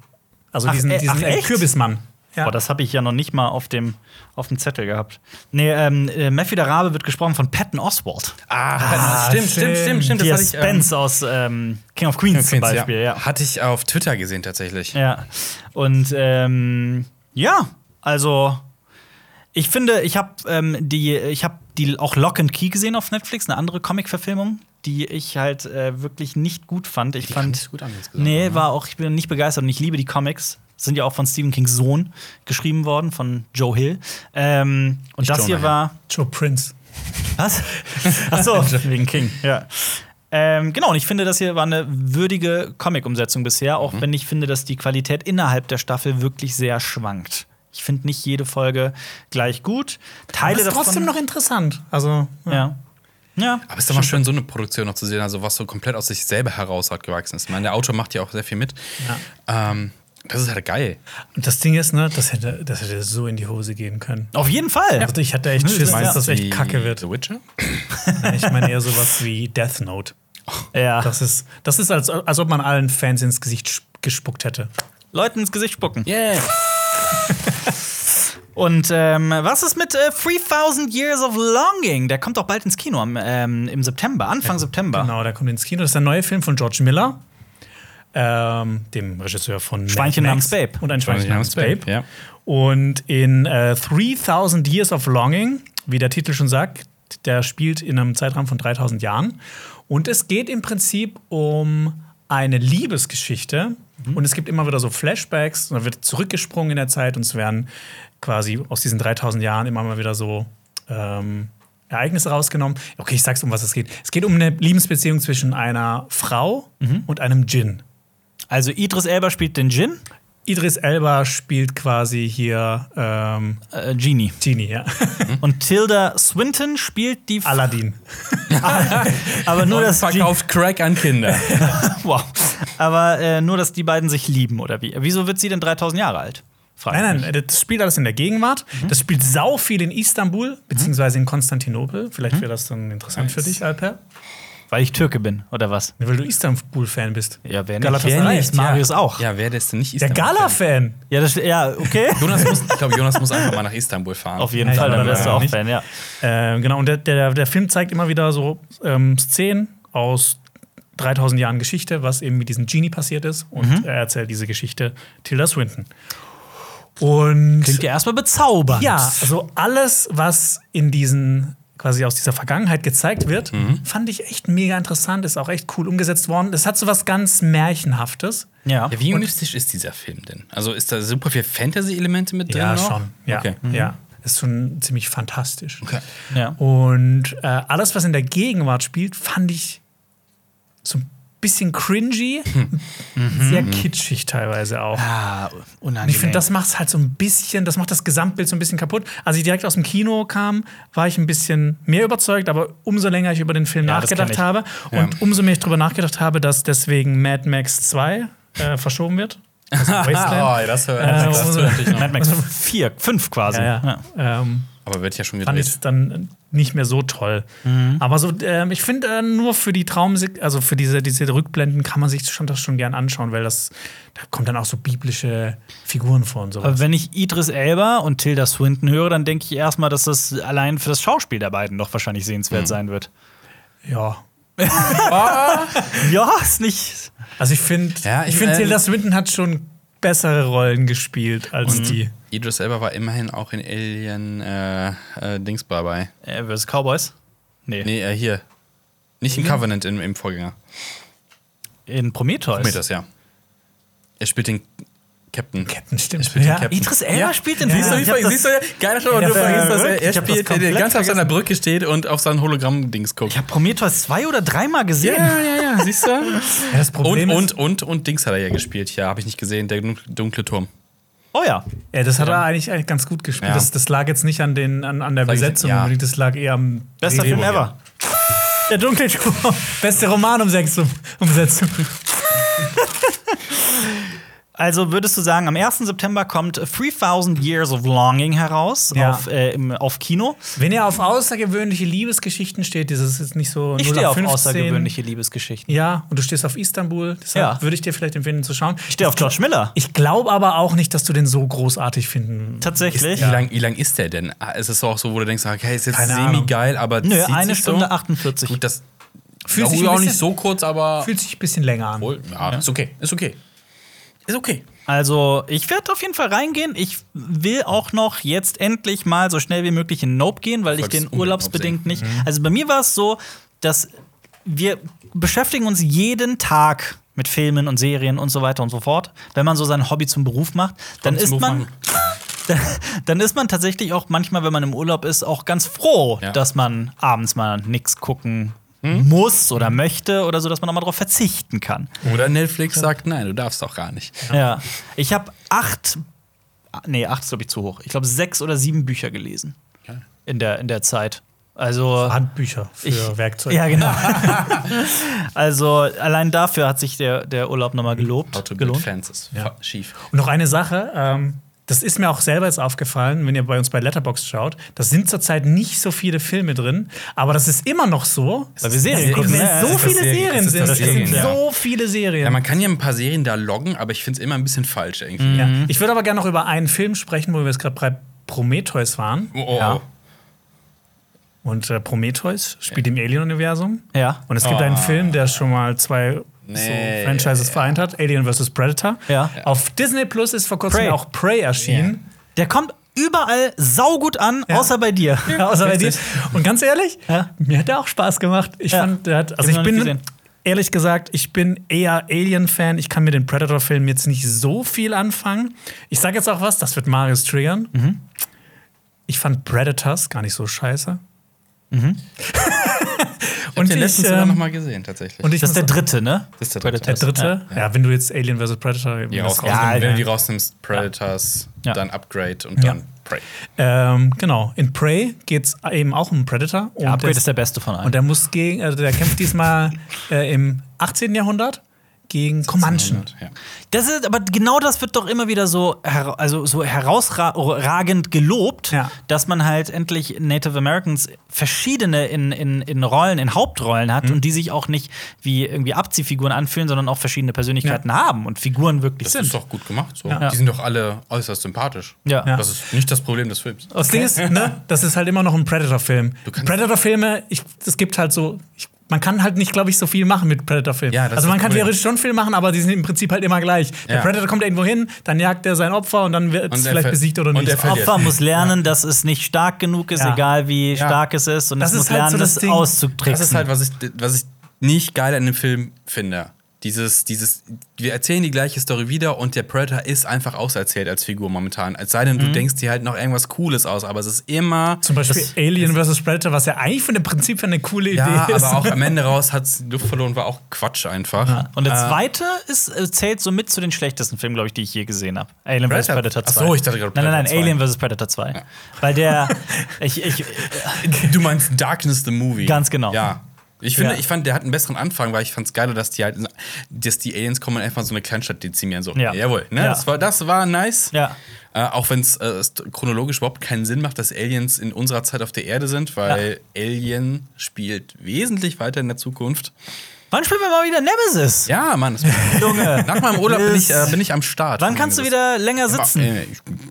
B: Also
A: Ach,
B: diesen,
A: äh,
B: diesen
A: ach,
B: äh,
A: echt?
B: Kürbismann. Ja.
A: Boah, das habe ich ja noch nicht mal auf dem, auf dem Zettel gehabt. Nee, ähm, äh, Matthew der Rabe wird gesprochen von Patton Oswald.
C: Ah, stimmt, stimmt, stimmt, stimmt.
A: der
C: Das hatte ich, ähm,
A: Spence aus ähm, King of Queens zum
C: Queens,
A: Beispiel, ja.
C: Hatte ich auf Twitter gesehen tatsächlich.
A: Ja. Und ähm, ja, also ich finde, ich habe ähm, die, ich habe die auch Lock and Key gesehen auf Netflix, eine andere Comic-Verfilmung, die ich halt äh, wirklich nicht gut fand. Ich
C: kam
A: fand
C: nicht gut an, insgesamt,
A: Nee,
C: oder?
A: war auch ich bin nicht begeistert und ich liebe die Comics. Sind ja auch von Stephen Kings Sohn geschrieben worden, von Joe Hill. Ähm, und
C: Nicht
A: das
C: Jonah
A: hier
C: Hill.
A: war
B: Joe Prince.
A: was? Ach
B: Oh.
A: so, wegen King, ja. Ähm, genau, und ich finde, das hier war eine würdige Comic-Umsetzung bisher, auch wenn ich finde, dass die Qualität innerhalb der Staffel wirklich sehr schwankt. Ich finde nicht jede Folge gleich gut.
B: Aber
A: Teile
B: ist
A: davon.
B: trotzdem noch interessant. Also, ja.
A: ja. Ja.
C: Aber es ist doch mal schön, so eine Produktion noch zu sehen, also was so komplett aus sich selber heraus halt gewachsen ist. Ich meine, der Autor macht ja auch sehr viel mit. Ähm, das ist halt geil.
B: Und das Ding ist, ne, das hätte, das hätte so in die Hose gehen können.
A: Auf jeden Fall.
B: Also ich hatte echt Schiss, dass
A: meinst
B: das
C: Wie
B: echt kacke wird.
C: The Witcher?
B: Ich meine eher sowas wie Death Note.
A: Ja.
B: Das ist, das ist als, als ob man allen Fans ins Gesicht sp- gespuckt hätte.
A: Leuten ins Gesicht spucken.
C: Yeah.
A: Und ähm, was ist mit äh, 3000 Years of Longing? Der kommt doch bald ins Kino am, ähm, im September, Anfang September.
B: Genau, der kommt ins Kino. Das ist der neue Film von George Miller, ähm, dem Regisseur von
A: Schweinchen
B: Mad Max
A: namens Babe.
B: Und ein Schweinchen namens Babe.
C: Ja.
B: Und in äh, 3000 Years of Longing, wie der Titel schon sagt, der spielt in einem Zeitraum von 3000 Jahren. Und es geht im Prinzip um eine Liebesgeschichte. Und es gibt immer wieder so Flashbacks, und da wird zurückgesprungen in der Zeit und es werden quasi aus diesen 3000 Jahren immer mal wieder so ähm, Ereignisse rausgenommen. Okay, ich sag's, um was es geht. Es geht um eine Liebesbeziehung zwischen einer Frau und einem Djinn.
A: Also Idris Elba spielt den Jin,
B: Idris Elba spielt quasi hier ähm,
A: äh, Genie.
B: Tini, ja.
A: Und Tilda Swinton spielt die
B: Aladdin.
A: Aber nur,
C: Und
A: dass die,
C: verkauft Crack an Kinder.
A: wow. Aber äh, nur, dass die beiden sich lieben, oder wie? Wieso wird sie denn 3000 Jahre alt? Frag
B: Nein,
A: mich.
B: nein, das spielt alles in der Gegenwart. Das spielt sau viel in Istanbul, beziehungsweise in Konstantinopel. Vielleicht wäre das dann interessant für dich, Alper.
A: Weil ich Türke bin, oder was?
B: Weil du Istanbul-Fan bist.
A: Ja, wer
B: Galatasaray.
A: Wer nicht? Marius auch.
C: Ja, wer der ist denn nicht
B: Der Gala-Fan.
A: Ja, das, ja okay.
C: Jonas muss, ich glaube, Jonas muss einfach mal nach Istanbul fahren.
A: Auf jeden
B: Ja,
A: Fall,
B: ich
A: dann
B: glaube,
A: wärst du
B: ja,
A: auch
B: nicht.
A: Fan, ja.
B: Ähm, genau, und der, der, der Film zeigt immer wieder so ähm, Szenen aus 3000 Jahren Geschichte, was eben mit diesem Genie passiert ist. Und er erzählt diese Geschichte Tilda Swinton. Und
A: Klingt ja erstmal bezaubernd.
B: ja, also alles, was in diesen quasi aus dieser Vergangenheit gezeigt wird,
C: Mhm.
B: fand ich echt mega interessant, ist auch echt cool umgesetzt worden. Es hat so was ganz Märchenhaftes.
A: Ja.
C: Ja, wie mystisch ist dieser Film denn? Also ist da super viel Fantasy-Elemente mit drin? noch?
B: Ja,
C: Okay. Mhm.
B: ja. Ist schon ziemlich fantastisch.
C: Okay.
A: ja.
B: Und äh, alles, was in der Gegenwart spielt, fand ich so ein bisschen cringy,
C: Hm. Mhm.
B: sehr kitschig teilweise auch.
A: Ah, unangenehm.
B: Und ich finde, das macht es halt so ein bisschen, das macht das Gesamtbild so ein bisschen kaputt. Als ich direkt aus dem Kino kam, war ich ein bisschen mehr überzeugt, aber umso länger ich über den Film
A: Ja, das
B: nachgedacht
A: kenn
B: habe und umso mehr ich darüber nachgedacht habe, dass deswegen Mad Max 2 äh, verschoben wird. Also Wasteland.
C: Oh, das
B: Äh,
C: hört das
B: umso-
C: hört natürlich noch.
A: Mad Max 4, 5 quasi.
B: ja, ja. Ähm,
C: Aber wird ja schon
B: fand
C: gedreht.
B: ich dann nicht mehr so toll.
A: Mhm.
B: Aber so, ähm, ich finde äh, nur für die Traumsek, also für diese, diese Rückblenden kann man sich schon das schon gern anschauen, weil das, da kommt dann auch so biblische Figuren vor und sowas.
A: Aber wenn ich Idris Elba und Tilda Swinton höre, dann denke ich erstmal, dass das allein für das Schauspiel der beiden doch wahrscheinlich sehenswert sein wird.
B: ja.
A: Ja, ist nicht.
B: Also ich finde,
C: Ja,
B: ich
C: ich-
B: finde,
C: äh,
B: Tilda Swinton hat schon bessere Rollen gespielt als die.
C: Idris Elba war immerhin auch in Alien äh, äh, Dings dabei.
A: Äh, versus Cowboys? Nee.
C: Nee, äh, hier. Nicht in Covenant im, im Vorgänger.
A: In Prometheus.
C: Prometheus, ja. Er spielt den Captain.
B: Captain stimmt.
C: spielt den
B: ja.
C: Captain.
A: Ah, Idris Elba spielt in
B: Ja.
A: Prometheus.
B: Siehst du,
A: Ich hab das-
C: du, geiler Schauer,
B: Ja, verrückt. Ich hab das komplett
C: äh, auf seiner Brücke steht und auf sein Hologramm-Dings guckt.
A: Ich habe Prometheus zwei oder dreimal gesehen.
C: ja, ja, siehst du?
B: Ja, das
C: Und,
B: Problem
C: und,
B: ist,
C: und, und Dings hat er ja gespielt. Ja, habe ich nicht gesehen. Der dunkle- dunkle Turm.
A: Oh ja.
B: ja, das hat er eigentlich, eigentlich ganz gut gespielt.
C: Ja.
B: Das, das lag jetzt nicht an, den, an, an der
C: Sag ich-
B: Besetzung,
C: ja.
B: unbedingt, das lag eher am
A: Bester
B: Drehbuch.
A: Film ever.
B: Der dunkle Turm. um Beste Romanumsetzung.
A: Also würdest du sagen, am 1. September kommt 3000 Years of Longing heraus
B: Ja.
A: auf, äh, im, auf Kino.
B: Wenn ihr auf außergewöhnliche Liebesgeschichten steht, das ist jetzt nicht so.
A: Ich
B: 0
A: stehe auf
B: 15.
A: außergewöhnliche Liebesgeschichten.
B: Ja, und du stehst auf Istanbul. Deshalb
A: Ja.
B: würde ich dir vielleicht empfehlen, zu schauen.
A: Ich stehe auf George Miller.
B: Ich glaube aber auch nicht, dass du den so großartig finden.
A: Tatsächlich.
C: Wie, lang, wie lang ist der denn? Ah, Es ist auch so, wo du denkst, okay, ist jetzt
B: Keine Ahnung.
C: semi-geil, aber
A: Nö,
C: zieht
A: eine
C: sich
A: Stunde
C: so.
A: 48.
C: Gut, das
B: Fühlt sich ein
C: ja, auch nicht
B: bisschen-
C: so kurz, aber
B: Fühlt sich ein bisschen länger an.
C: Obwohl, ja, ist okay, ist okay. Ist okay.
A: Also, ich werde auf jeden Fall reingehen. Ich will auch noch jetzt endlich mal so schnell wie möglich in Nope gehen, weil ich
C: Wolltest
A: den
C: unbedingt Mhm.
A: urlaubsbedingt nicht. Also bei mir war es so, dass wir beschäftigen uns jeden Tag mit Filmen und Serien und so weiter und so fort. Wenn man so sein Hobby zum Beruf macht, dann
C: Kommt's
A: ist
C: Move
A: man
C: machen.
A: dann ist man tatsächlich auch manchmal, wenn man im Urlaub ist, auch ganz froh,
C: Ja. Hm?
A: dass man abends mal nichts gucken muss oder möchte oder so, dass man auch mal darauf verzichten kann.
C: Oder Netflix sagt, nein, du darfst auch gar nicht.
A: Ja. Ich habe acht, nee, acht ist, glaube ich, zu hoch. Ich glaube, sechs oder sieben Bücher gelesen in der, in der Zeit. Also.
B: Handbücher für
A: Ich-
B: Werkzeuge.
A: Ja, genau. also, allein dafür hat sich der, der Urlaub nochmal
C: How
A: gelobt.
C: to build
A: gelohnt.
C: Fans ist
B: Ja.
C: schief.
B: Und noch eine Sache, ähm, das ist mir auch selber jetzt aufgefallen, wenn ihr bei uns bei Letterboxd schaut, da sind zurzeit nicht so viele Filme drin, aber das ist immer noch so.
A: Weil wir Serien
B: dass
A: gucken,
B: es
A: ne?
B: so
A: Es ist
B: viele
C: das Serien-
B: Serien
C: es ist
B: sind.
C: das
B: Es sind
C: Serien, ja.
B: so viele Serien.
C: Ja, man kann ja ein paar Serien da loggen, aber ich finde es immer ein bisschen falsch irgendwie.
B: Ja. Ich würde aber gerne noch über einen Film sprechen, wo wir jetzt gerade bei Prometheus waren.
C: Oh, oh,
A: Ja.
C: oh.
B: Und äh, Prometheus spielt im Alien-Universum.
A: Ja.
B: Und es gibt
C: Oh.
B: einen Film, der schon mal zwei
C: Nee.
B: so Franchises vereint hat: Alien vs. Predator.
A: Ja.
B: Auf Disney Plus ist vor kurzem
A: Prey.
B: auch Prey erschienen.
A: Der kommt überall saugut an, außer bei dir.
B: Außer bei dir.
C: richtig.
B: Und ganz ehrlich,
A: Ja.
B: mir hat er auch Spaß gemacht. Ich
A: Ja.
B: fand, der hat, also
A: Ich hab
B: ich
A: ihn noch nicht
B: bin
A: gesehen.
B: ehrlich gesagt, ich bin eher Alien-Fan. Ich kann mit den Predator-Filmen jetzt nicht so viel anfangen. Ich sage jetzt auch was, das wird Marius triggern.
A: Mhm.
B: Ich fand Predators gar nicht so scheiße.
A: Mhm.
C: Ich hab
B: Und
C: den
B: ich,
C: letzten
B: ähm,
C: sogar noch mal gesehen, tatsächlich.
B: Und ich
A: Das ist
B: muss-
A: der dritte, ne?
C: das ist der
B: Der
C: dritte.
B: dritte? Ja, wenn du jetzt Alien vs. Predator
C: Die
B: das
C: rausnimmst,
A: Ja,
C: wenn
A: ja.
C: du die rausnimmst, Predators,
A: Ja.
C: dann Upgrade und dann Prey.
B: Ähm, genau. In Prey geht's eben auch um Predator. Und
A: Upgrade
B: der-
A: ist der beste von allen.
B: Und der muss gegen, also der kämpft diesmal äh, im 18. Jahrhundert gegen Comanchen.
C: Ja.
A: Das ist, aber genau das wird doch immer wieder so, hera- also so herausragend gelobt,
B: Ja.
A: dass man halt endlich Native Americans verschiedene in, in, in Rollen, in Hauptrollen
B: Mhm.
A: hat und die sich auch nicht wie irgendwie Abziehfiguren anfühlen, sondern auch verschiedene Persönlichkeiten haben und Figuren wirklich
C: Das
A: sind.
C: ist doch gut gemacht. So.
A: Ja.
C: Die sind doch alle äußerst sympathisch.
A: Ja. Ja.
C: Das ist nicht das Problem des Films.
B: Das Ding ist, ne, das ist halt immer noch ein Predator-Film.
C: kannst-
B: Predator-Filme, ich- es gibt halt so, ich, man kann halt nicht, glaube ich, so viel machen mit Predator-Filmen.
C: Ja, das
B: also
C: ist
B: man
C: das
B: kann
C: Problem.
B: theoretisch schon viel machen, aber die sind im Prinzip halt immer gleich. Der
C: Ja.
B: Predator kommt irgendwo hin, dann jagt er sein Opfer und dann wird es
C: Und er
B: vielleicht
C: ver-
B: besiegt oder
C: und
B: nicht.
C: er verliert.
A: Opfer muss lernen, dass es nicht stark genug ist,
B: Ja.
A: egal wie
C: Ja.
A: stark es ist, und
B: Das
A: es muss
B: ist halt so
A: lernen,
B: das
A: das
B: Ding.
A: auszutricksen.
C: Das ist halt, was ich, was ich nicht geil an dem Film finde. Dieses, dieses, wir erzählen die gleiche Story wieder und der Predator ist einfach auserzählt als Figur momentan. Als sei denn, du denkst dir halt noch irgendwas Cooles aus, aber es ist immer.
B: Mhm. Zum Beispiel Alien vs. Predator, was ja eigentlich von dem Prinzip her eine coole Idee
C: ja,
B: ist.
C: aber auch am Ende raus hat es Luft verloren, war auch Quatsch einfach.
A: und der zweite ist, äh, zählt somit zu den schlechtesten Filmen, glaube ich, die ich je gesehen habe. Alien vs.
C: Predator-
A: Predator 2.
C: Ach so, ich dachte gerade
A: Nein, nein, nein,
C: Predator 2.
A: Alien vs. Predator 2. Weil der. ich, äh, ich,
C: Du meinst Darkness the Movie.
A: Ganz genau.
C: Ja. Ich finde,
A: Ja.
C: ich fand, der hat einen besseren Anfang, weil ich fand es geiler, dass die halt, dass die Aliens kommen und einfach so eine Kleinstadt dezimieren. So,
A: Ja.
C: jawohl. Ne?
A: Ja.
C: Das, war, das war nice.
A: Ja.
C: Äh, auch wenn es äh, st- chronologisch überhaupt keinen Sinn macht, dass Aliens in unserer Zeit auf der Erde sind, weil Alien spielt wesentlich weiter in der Zukunft.
A: wann spielen wir mal wieder Nemesis?
C: Ja, Mann. Das
A: Junge.
C: nach meinem Urlaub bin ich, äh,
A: Ist-
C: bin ich am Start.
A: Wann kannst du wieder länger sitzen?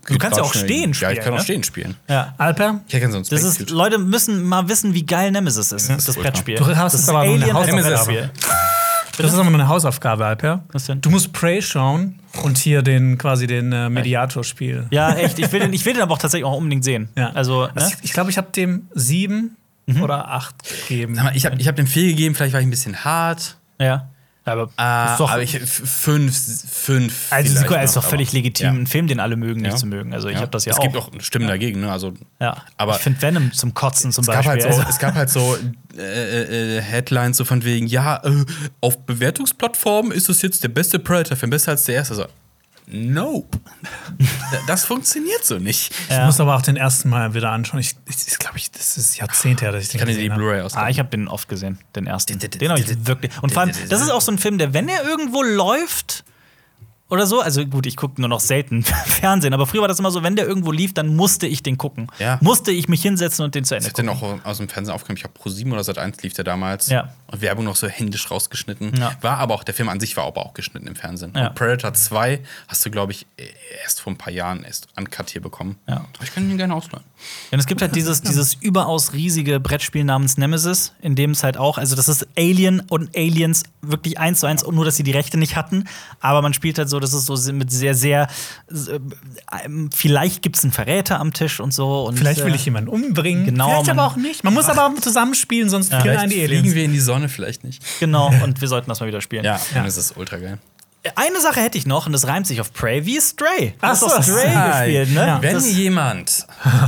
C: du
A: kannst ja auch stehen
C: Ja, ich
A: spielen,
C: kann äh, auch
A: ne?
C: stehen spielen.
A: Ja.
B: Alper,
C: Ich hätte gerne so einen
A: Das ist,
C: Spacesuit.
A: Leute müssen mal wissen, wie geil Nemesis ist. Das,
C: ist furchtbar.
A: Brettspiel.
B: Du hast
A: das
B: es aber nur eine
A: Alien als
B: Hausaufgabe.
A: Brettspiel.
B: das ist aber nur eine Hausaufgabe, Alper.
A: Was denn?
B: Du musst Prey schauen und hier den quasi den äh, Mediator spielen.
A: Ja, echt. Ich will, den, ich will den aber auch tatsächlich auch unbedingt sehen.
B: Ja.
A: Also, ne? Mhm.
B: ich ich glaube, ich habe dem sieben oder acht gegeben.
C: Sag mal, Ich habe ich hab dem viel gegeben, vielleicht war ich ein bisschen hart.
A: Ja. Aber,
C: Äh,
A: ist doch,
C: aber ich, f- fünf, fünf.
A: also
C: vielleicht
A: Sequel ist
C: noch,
A: doch völlig
C: aber-
A: legitim,
C: Ja.
A: einen Film, den alle mögen, nicht
C: Ja.
A: zu mögen. Also ich habe das ja
C: es
A: auch.
C: Es gibt auch Stimmen dagegen, ne? Also,
A: ja.
C: aber-
A: ich finde Venom zum Kotzen zum
C: es, gab
A: Beispiel.
C: halt so,
A: also,
C: es gab halt so äh, äh, Headlines so von wegen, ja, äh, auf Bewertungsplattformen ist es jetzt der beste Predator-Film, besser als der erste. So, nope. das funktioniert so nicht.
B: Ich
A: Ja.
B: muss aber auch den ersten Mal wieder anschauen. Ich, ich, ich glaube, ich, das ist Jahrzehnte her, dass ich den
C: Ich kann dir die
B: gesehen habe.
C: Blu-ray
A: Ah,
C: ausleihen.
A: ich habe den oft gesehen, den ersten.
C: d- d-
A: Den habe
C: d- d-
A: ich wirklich. Und vor allem,
C: d- d- d-
A: das ist auch so ein Film, der, wenn er irgendwo läuft oder so, also gut, ich gucke nur noch selten Fernsehen, aber früher war das immer so, wenn der irgendwo lief, dann musste ich den gucken.
C: Ja.
A: Musste ich mich hinsetzen und den zu Ende
C: Ich hab den
A: gucken.
C: auch aus dem Fernsehen aufgenommen. Ich habe Pro 7 oder Sat 1 lief der damals.
A: Ja.
C: Und Werbung noch so händisch rausgeschnitten.
A: Ja.
C: War aber auch, der Film an sich war aber auch geschnitten im Fernsehen.
A: Ja.
C: Und Predator 2 hast du, glaube ich, erst vor ein paar Jahren erst uncut hier bekommen.
A: Ja.
C: Aber ich kann ihn gerne ausleihen.
A: Denn es gibt halt dieses, dieses überaus riesige Brettspiel namens Nemesis, in dem es halt auch, also das ist Alien und Aliens wirklich eins zu eins, nur dass sie die Rechte nicht hatten. Aber man spielt halt so, das ist so mit sehr, sehr, äh, vielleicht gibt es einen Verräter am Tisch und so. Und,
B: Vielleicht will
A: äh,
B: ich jemanden umbringen.
A: Genau,
B: Vielleicht
A: man-
B: aber auch nicht. Man muss aber auch zusammenspielen, sonst ja, killen einen die
C: fliegen
B: Aliens.
C: wir in die Sonne, vielleicht nicht.
A: Genau, und wir sollten das mal wieder spielen.
C: Ja, dann ist es ultra geil.
A: Eine Sache hätte ich noch, und das reimt sich auf Prey, wie Stray. Du
B: Ach
A: hast
B: so,
A: doch Stray gespielt, ne?
B: Ja.
C: Wenn
A: Das-
C: jemand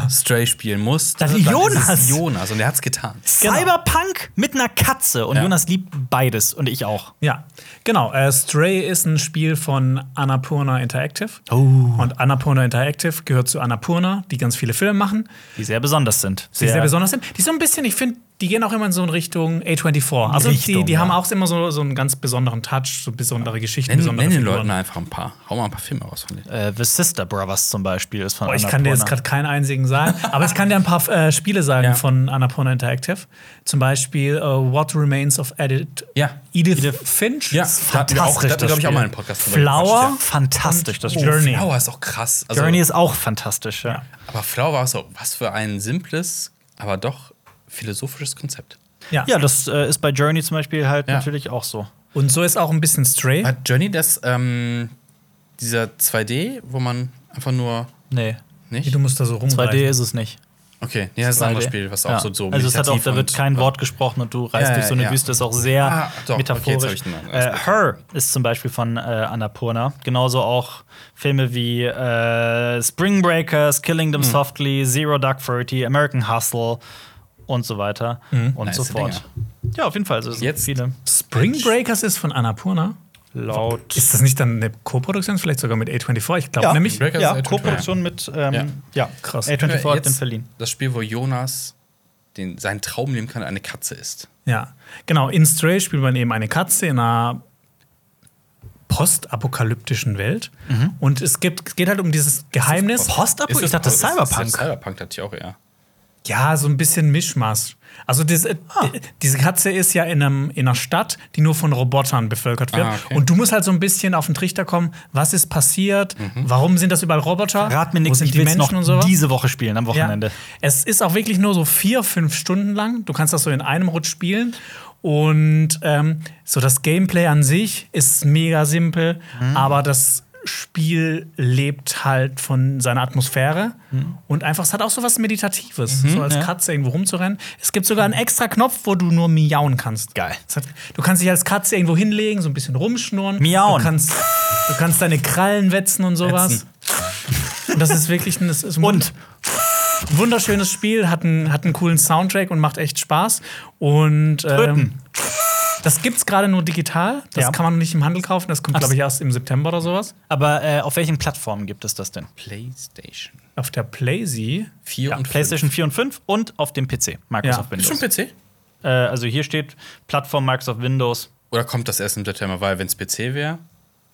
C: Stray spielen muss,
A: Dann Jonas.
C: Jonas und er hat's getan.
B: Genau.
A: Cyberpunk mit einer Katze. Und
C: Ja.
A: Jonas liebt beides und ich auch.
B: Ja, genau. Äh, Stray ist ein Spiel von Annapurna Interactive.
A: Oh.
B: Und Annapurna Interactive gehört zu Annapurna, die ganz viele Filme machen,
A: Die sehr besonders sind.
B: die sehr besonders sind. Die so ein bisschen, ich finde, die gehen auch immer in so in Richtung A24. Also die,
A: Richtung,
B: die
A: ja.
B: haben auch immer so, so einen ganz besonderen Touch, so besondere Geschichten,
C: Nenn,
B: besondere
C: nenn den
B: Figuren.
C: Leuten einfach ein paar. Hau mal ein paar Filme raus von denen.
A: Äh, The Sister Brothers zum Beispiel ist von
B: Boah, Oh, ich kann dir jetzt
A: Annapurna.
B: gerade keinen einzigen sagen, aber ich kann dir ein paar äh, Spiele sagen
C: Ja.
B: von Annapurna Interactive. Zum Beispiel äh, What Remains of Edith,
C: Ja.
B: Edith, Finch.
C: da hatten wir auch, da hatten wir, glaube ich, auch mal einen Podcast drüber
B: Flower.
C: gequatscht,
A: Fantastisch, das
B: Oh,
A: Spiel.
B: Journey.
C: Ja. Flower ist auch krass. Also,
A: Journey ist auch fantastisch, ja.
C: Aber Flower war so, was für ein simples, aber doch philosophisches Konzept.
B: Ja.
A: Ja, das äh, ist bei Journey zum Beispiel halt
C: Ja.
A: natürlich auch so.
B: Und so ist auch ein bisschen Stray.
C: Hat Journey das, ähm, dieser 2D, wo man einfach nur
A: Nee,
C: nicht?
B: Du musst da so rum.
A: 2D ist es nicht.
C: Okay, nee, das ist ein anderes
A: 2D.
C: Spiel, was auch
A: Ja.
C: so, so
A: Also es hat auch,
C: meditativ
A: da wird
C: und-
A: kein Wort gesprochen und du reist
C: Ja,
A: durch so eine
C: ja.
A: Wüste, ist auch sehr
C: Ah, doch, okay, jetzt hab
A: metaphorisch.
C: ich den Namen.
A: äh, Her ist zum Beispiel von äh, Annapurna. Genauso auch Filme wie äh, Spring Breakers, Killing
C: Mhm.
A: Them Softly, Zero Dark Thirty, American Hustle und so weiter und
C: Mhm. Nice
A: so fort. Ja, auf jeden Fall. Also, es sind
C: Jetzt-
A: viele.
B: Spring Breakers ist von Annapurna.
A: Laut.
B: Ist das nicht dann eine Co-Produktion? Vielleicht sogar mit A24? Ich glaube nämlich.
C: Breakers
A: ja,
C: ist A24.
A: Co-Produktion mit ähm, ja.
B: Krass.
A: A24 hat
C: Jetzt
A: den verliehen.
C: Das Spiel, wo Jonas den, seinen Traum leben kann, eine Katze ist.
B: Ja. Genau, in Stray spielt man eben eine Katze in einer postapokalyptischen Welt.
C: Mhm.
B: Und es gibt, es geht halt um dieses Geheimnis.
A: Postapo-
C: Ist
A: ich dachte,
C: ist
A: Cyberpunk.
C: Cyberpunk hatte ich auch eher.
B: Ja, so ein bisschen Mischmasch. Also diese, äh,
C: Ah.
B: diese Katze ist ja in, einem, in einer Stadt, die nur von Robotern bevölkert wird.
C: Ah, okay.
B: Und du musst halt so ein bisschen auf den Trichter kommen, was ist passiert,
C: Mhm.
B: warum sind das überall Roboter,
A: Rat mir
B: wo
A: nichts,
B: sind
A: ich
B: die
A: will
B: Menschen
A: noch
B: und sowas.
A: diese Woche spielen, am
B: Ja.
A: Wochenende.
B: Es ist auch wirklich nur so vier, fünf Stunden lang. Du kannst das so in einem Rutsch spielen. Und ähm, so das Gameplay an sich ist mega simpel,
A: Mhm.
B: aber das Spiel lebt halt von seiner Atmosphäre
A: Mhm.
B: und einfach, es hat auch so was Meditatives, so als Katze irgendwo rumzurennen. Es gibt sogar einen extra Knopf, wo du nur miauen kannst.
A: Geil.
B: Das hat, du kannst dich als Katze irgendwo hinlegen, so ein bisschen rumschnurren.
A: Miauen.
B: Du kannst, du kannst deine Krallen wetzen und sowas.
C: Wetzen.
B: Und das ist wirklich ein, das ist ein
A: Und?
B: wunderschönes Spiel, hat einen, hat einen coolen Soundtrack und macht echt Spaß. Und ähm,
A: Töten.
B: das gibt's gerade nur digital. Das
A: Ja.
B: kann man noch nicht im Handel kaufen. Das kommt,
A: Ach,
B: glaube ich, erst im September oder sowas.
A: Aber äh, auf welchen Plattformen gibt es das denn?
C: PlayStation
B: Auf der PlayZ.
C: 4
A: Ja,
C: und 5.
A: PlayStation 4 und 5 und auf dem PC, Microsoft
B: Ja.
C: Ist schon
A: Windows.
C: PC?
A: Äh, also hier steht Plattform Microsoft Windows.
C: Oder kommt das erst im September? Weil, wenn es PC wäre,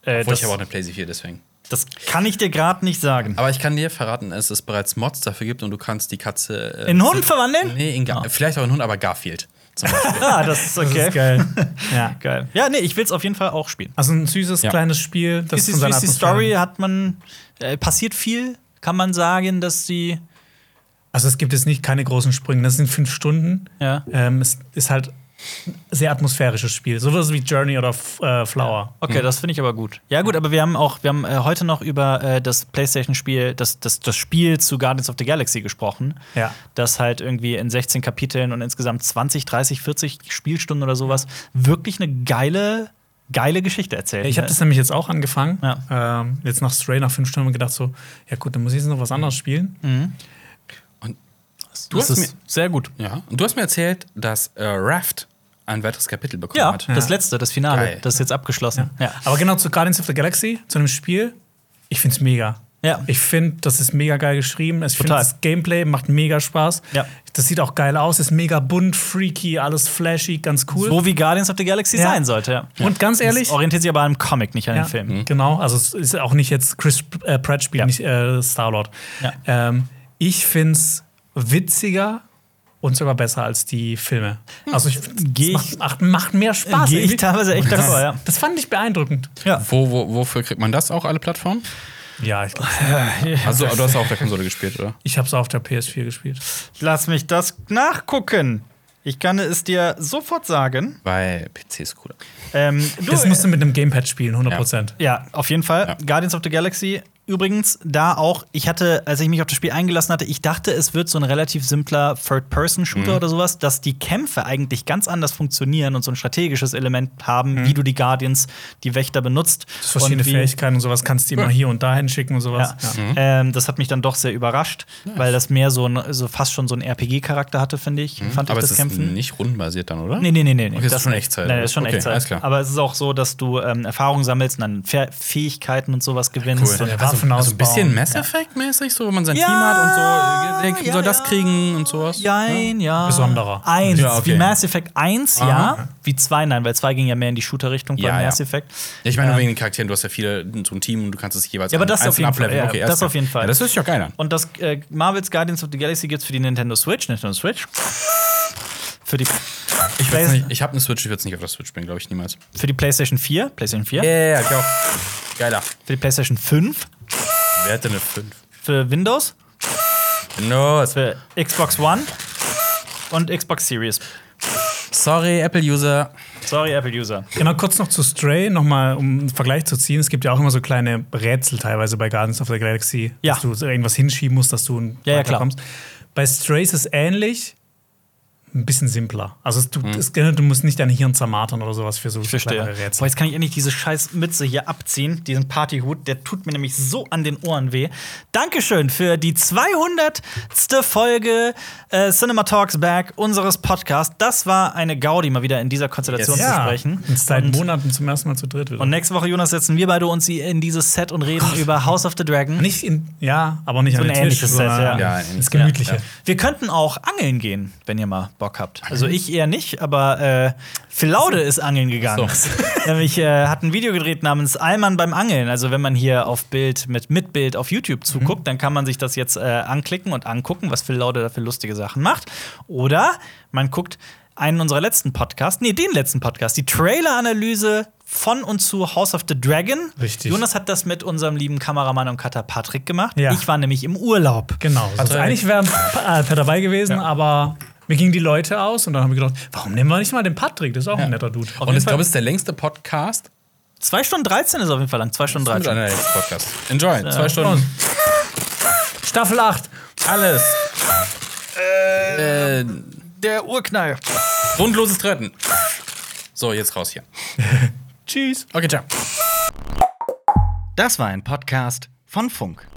A: Äh,
C: obwohl
A: das,
C: ich habe auch eine PlayStation 4, deswegen.
A: das kann ich dir gerade nicht sagen.
C: Aber ich kann dir verraten, dass es bereits Mods dafür gibt und du kannst die Katze. äh,
A: In Ah. einen Hund verwandeln?
C: Nee, in Ga vielleicht auch in Hund, aber Garfield. Zum Beispiel.
A: Ah, das ist okay.
B: Das ist geil. ja.
A: Geil. Ja, nee, ich will es auf jeden Fall auch spielen.
B: Also ein süßes
C: Ja.
B: kleines Spiel. Das
A: Ist die,
B: von seiner
A: ist die
B: Atmosphäre-
A: Story hat man äh, passiert viel, kann man sagen, dass die
B: Also es gibt jetzt nicht keine großen Sprünge. Das sind fünf Stunden.
A: ja.
B: Ähm, es ist halt ein sehr atmosphärisches Spiel. Sowas wie Journey oder F- äh, Flower.
A: Okay, das finde ich aber gut. Ja, gut, aber wir haben auch, wir haben äh, heute noch über äh, das PlayStation-Spiel, das, das, das Spiel zu Guardians of the Galaxy gesprochen.
B: Ja.
A: Das halt irgendwie in 16 Kapiteln und insgesamt 20, 30, 40 Spielstunden oder sowas wirklich eine geile, geile Geschichte erzählt.
B: Ich habe das nämlich jetzt auch angefangen.
A: Ja.
B: Ähm, jetzt nach Stray, nach fünf Stunden, gedacht so, ja gut, dann muss ich jetzt noch was anderes spielen.
A: Mhm.
C: Du
A: das
C: hast mir,
A: ist sehr gut.
C: ja, und du hast mir erzählt, dass äh, Raft ein weiteres Kapitel bekommen
A: Ja,
C: hat.
A: das letzte, das Finale,
C: Geil.
A: das ist jetzt abgeschlossen. Ja.
B: Aber genau zu Guardians of the Galaxy, zu einem Spiel, ich find's mega.
A: Ja.
B: Ich finde, das ist mega geil geschrieben. Ich finde,
A: Total.
B: das Gameplay macht mega Spaß.
A: Ja.
B: Das sieht auch geil aus, ist mega bunt, freaky, alles flashy, ganz cool.
A: So wie Guardians of the Galaxy
B: Ja.
A: sein sollte. Ja.
B: Und ganz ehrlich,
A: Das orientiert sich aber an einem Comic, nicht an
B: ja,
A: den Film.
B: genau, also es ist auch nicht jetzt Chris äh, Pratt spielt,
A: Mhm. Ja.
B: nicht äh, Star-Lord.
A: Ja.
B: Ähm, ich find's witziger und sogar besser als die Filme. Also ich,
A: Hm. Geh
B: das macht, macht, macht mehr Spaß.
A: Gehe ich
B: irgendwie.
A: teilweise echt
B: das,
A: davor, ja.
B: das fand ich beeindruckend.
C: Wo, wo, wofür kriegt man das auch, alle Plattformen?
B: Ja, ich,
C: Also, du hast auch auf der Konsole gespielt, oder?
B: ich habe es auf der PS4 gespielt.
A: Lass mich das nachgucken. Ich kann es dir sofort sagen.
C: Weil PC ist cooler.
A: Ähm, du, äh,
B: Das musst du mit einem Gamepad spielen, 100%.
A: ja, auf jeden Fall.
C: Ja.
A: Guardians of the Galaxy. Übrigens, da auch, ich hatte, als ich mich auf das Spiel eingelassen hatte, ich dachte, es wird so ein relativ simpler Third-Person-Shooter oder sowas, dass die Kämpfe eigentlich ganz anders funktionieren und so ein strategisches Element haben, wie du die Guardians, die Wächter benutzt.
B: Das verschiedene
A: und wie-
B: Fähigkeiten und sowas kannst du immer hier und dahin schicken und sowas.
A: Ja.
B: Ja.
A: Ähm, das hat mich dann doch sehr überrascht, weil das mehr so, ein, so fast schon so einen RPG-Charakter hatte, finde ich. Fand ich
C: aber
A: das
C: es ist
A: Kämpfen.
C: nicht rundenbasiert dann, oder?
A: Nee, nee, nee, nee. nee.
C: Okay, das ist schon Echtzeit,
A: Nee,
C: oder?
A: das ist schon
C: Okay,
A: Echtzeit.
C: alles klar.
A: Aber es ist auch so, dass du ähm, Erfahrung sammelst und dann Fäh- Fähigkeiten und sowas gewinnst.
C: Cool.
A: Und
B: Also- Waffen
C: Also ein bisschen
B: ausbauen.
C: Mass Effect-mäßig, so, wenn man sein
A: Ja,
C: Team hat und so, äh,
A: ja,
C: der soll das
A: ja.
C: kriegen und sowas.
A: Jein, ja.
B: Besonderer.
A: Eins.
C: Ja, okay.
A: Wie Mass Effect 1, ja. Wie 2, nein, weil 2 ging ja mehr in die Shooter-Richtung bei
C: Ja, ja.
A: Mass Effect.
C: Ja, ich meine, nur wegen den Charakteren, du hast ja viele, so ein Team und du kannst es jeweils
A: Ja, aber das auf
C: einzeln
A: jeden Fall,
C: ableveln.
A: ja,
C: okay,
A: das
C: alles
A: auf jeden Fall.
C: Ja, das ist ja geil an.
A: Und das äh, Marvel's Guardians of the Galaxy gibt's für die Nintendo Switch, Nintendo Switch. Für die,
C: Ich, würd's
A: weiß-
C: nicht- ich habe eine Switch, ich würde es nicht auf der Switch spielen, glaube ich, niemals.
A: für die PlayStation 4, PlayStation 4,
C: Ja, ja, ja, genau. Geiler.
A: für die PlayStation 5,
C: Wer hätte eine 5?
A: für Windows,
C: No, es wär-
A: für Xbox One und Xbox Series.
C: sorry, Apple-User.
A: Sorry, Apple-User.
B: Genau, kurz noch zu Stray, nochmal, um einen Vergleich zu ziehen. Es gibt ja auch immer so kleine Rätsel teilweise bei Guardians of the Galaxy,
A: Ja.
B: dass du so irgendwas hinschieben musst, dass du
A: Ja, ja, klar.
B: kommst. Bei Stray ist es ähnlich, ein bisschen simpler. Also es, du, es, du musst nicht dein Hirn zermartern oder sowas für so kleinere
A: Mhm. Verstehe. Boah,
B: Rätsel.
A: jetzt kann ich endlich diese scheiß Mütze hier abziehen, diesen Partyhut. Der tut mir nämlich so an den Ohren weh. Dankeschön für die 200. Folge äh, Cinema Talks Back unseres Podcasts. Das war eine Gaudi, mal wieder in dieser Konstellation
C: Yes.
A: zu
B: Ja,
A: sprechen.
B: und seit
A: Und-
B: Monaten zum ersten Mal zu dritt wieder.
A: Und nächste Woche, Jonas, setzen wir beide uns hier in dieses Set und reden über House of the Dragon.
B: nicht in, ja, aber nicht
A: So ein
B: an den Tisch,
A: ähnliches Set, ja.
B: sondern
C: Ja, ein ähnliches-
B: ins Gemütliche.
C: ja,
A: Wir könnten auch angeln gehen, wenn ihr mal Bock habt. Also ich eher nicht, aber äh, Flaude ist angeln gegangen. Nämlich äh, hat ein Video gedreht namens Allmann beim Angeln. Also wenn man hier auf Bild mit, mit Bild auf
B: Mhm.
A: YouTube zuguckt, dann kann man sich das jetzt äh, anklicken und angucken, was Phil Laude da für lustige Sachen macht. Oder man guckt einen unserer letzten Podcasts, nee, den letzten Podcast, die Trailer-Analyse von und zu House of the Dragon.
B: Richtig.
A: Jonas hat das mit unserem lieben Kameramann und Cutter Patrick gemacht.
B: Ja.
A: Ich war nämlich im Urlaub.
B: Genau.
A: Also
B: Sonst
C: Patrick.
B: eigentlich wäre äh, Per dabei gewesen, aber mir gingen die Leute aus und dann haben wir gedacht, warum nehmen wir nicht mal den Patrick? Das ist auch ein netter Dude.
C: Und ich
A: Fall-
C: glaube, es ist der längste Podcast.
A: 2 Stunden 13 ist auf jeden Fall lang. 2 Stunden
C: Mit
A: 13.
C: einer längsten Podcast. Enjoy. Zwei Stunden.
B: Staffel 8.
C: Alles. Äh,
A: Der Urknall.
C: grundloses Treten. So, jetzt raus hier.
B: Tschüss.
C: Okay, ciao.
A: Das war ein Podcast von Funk.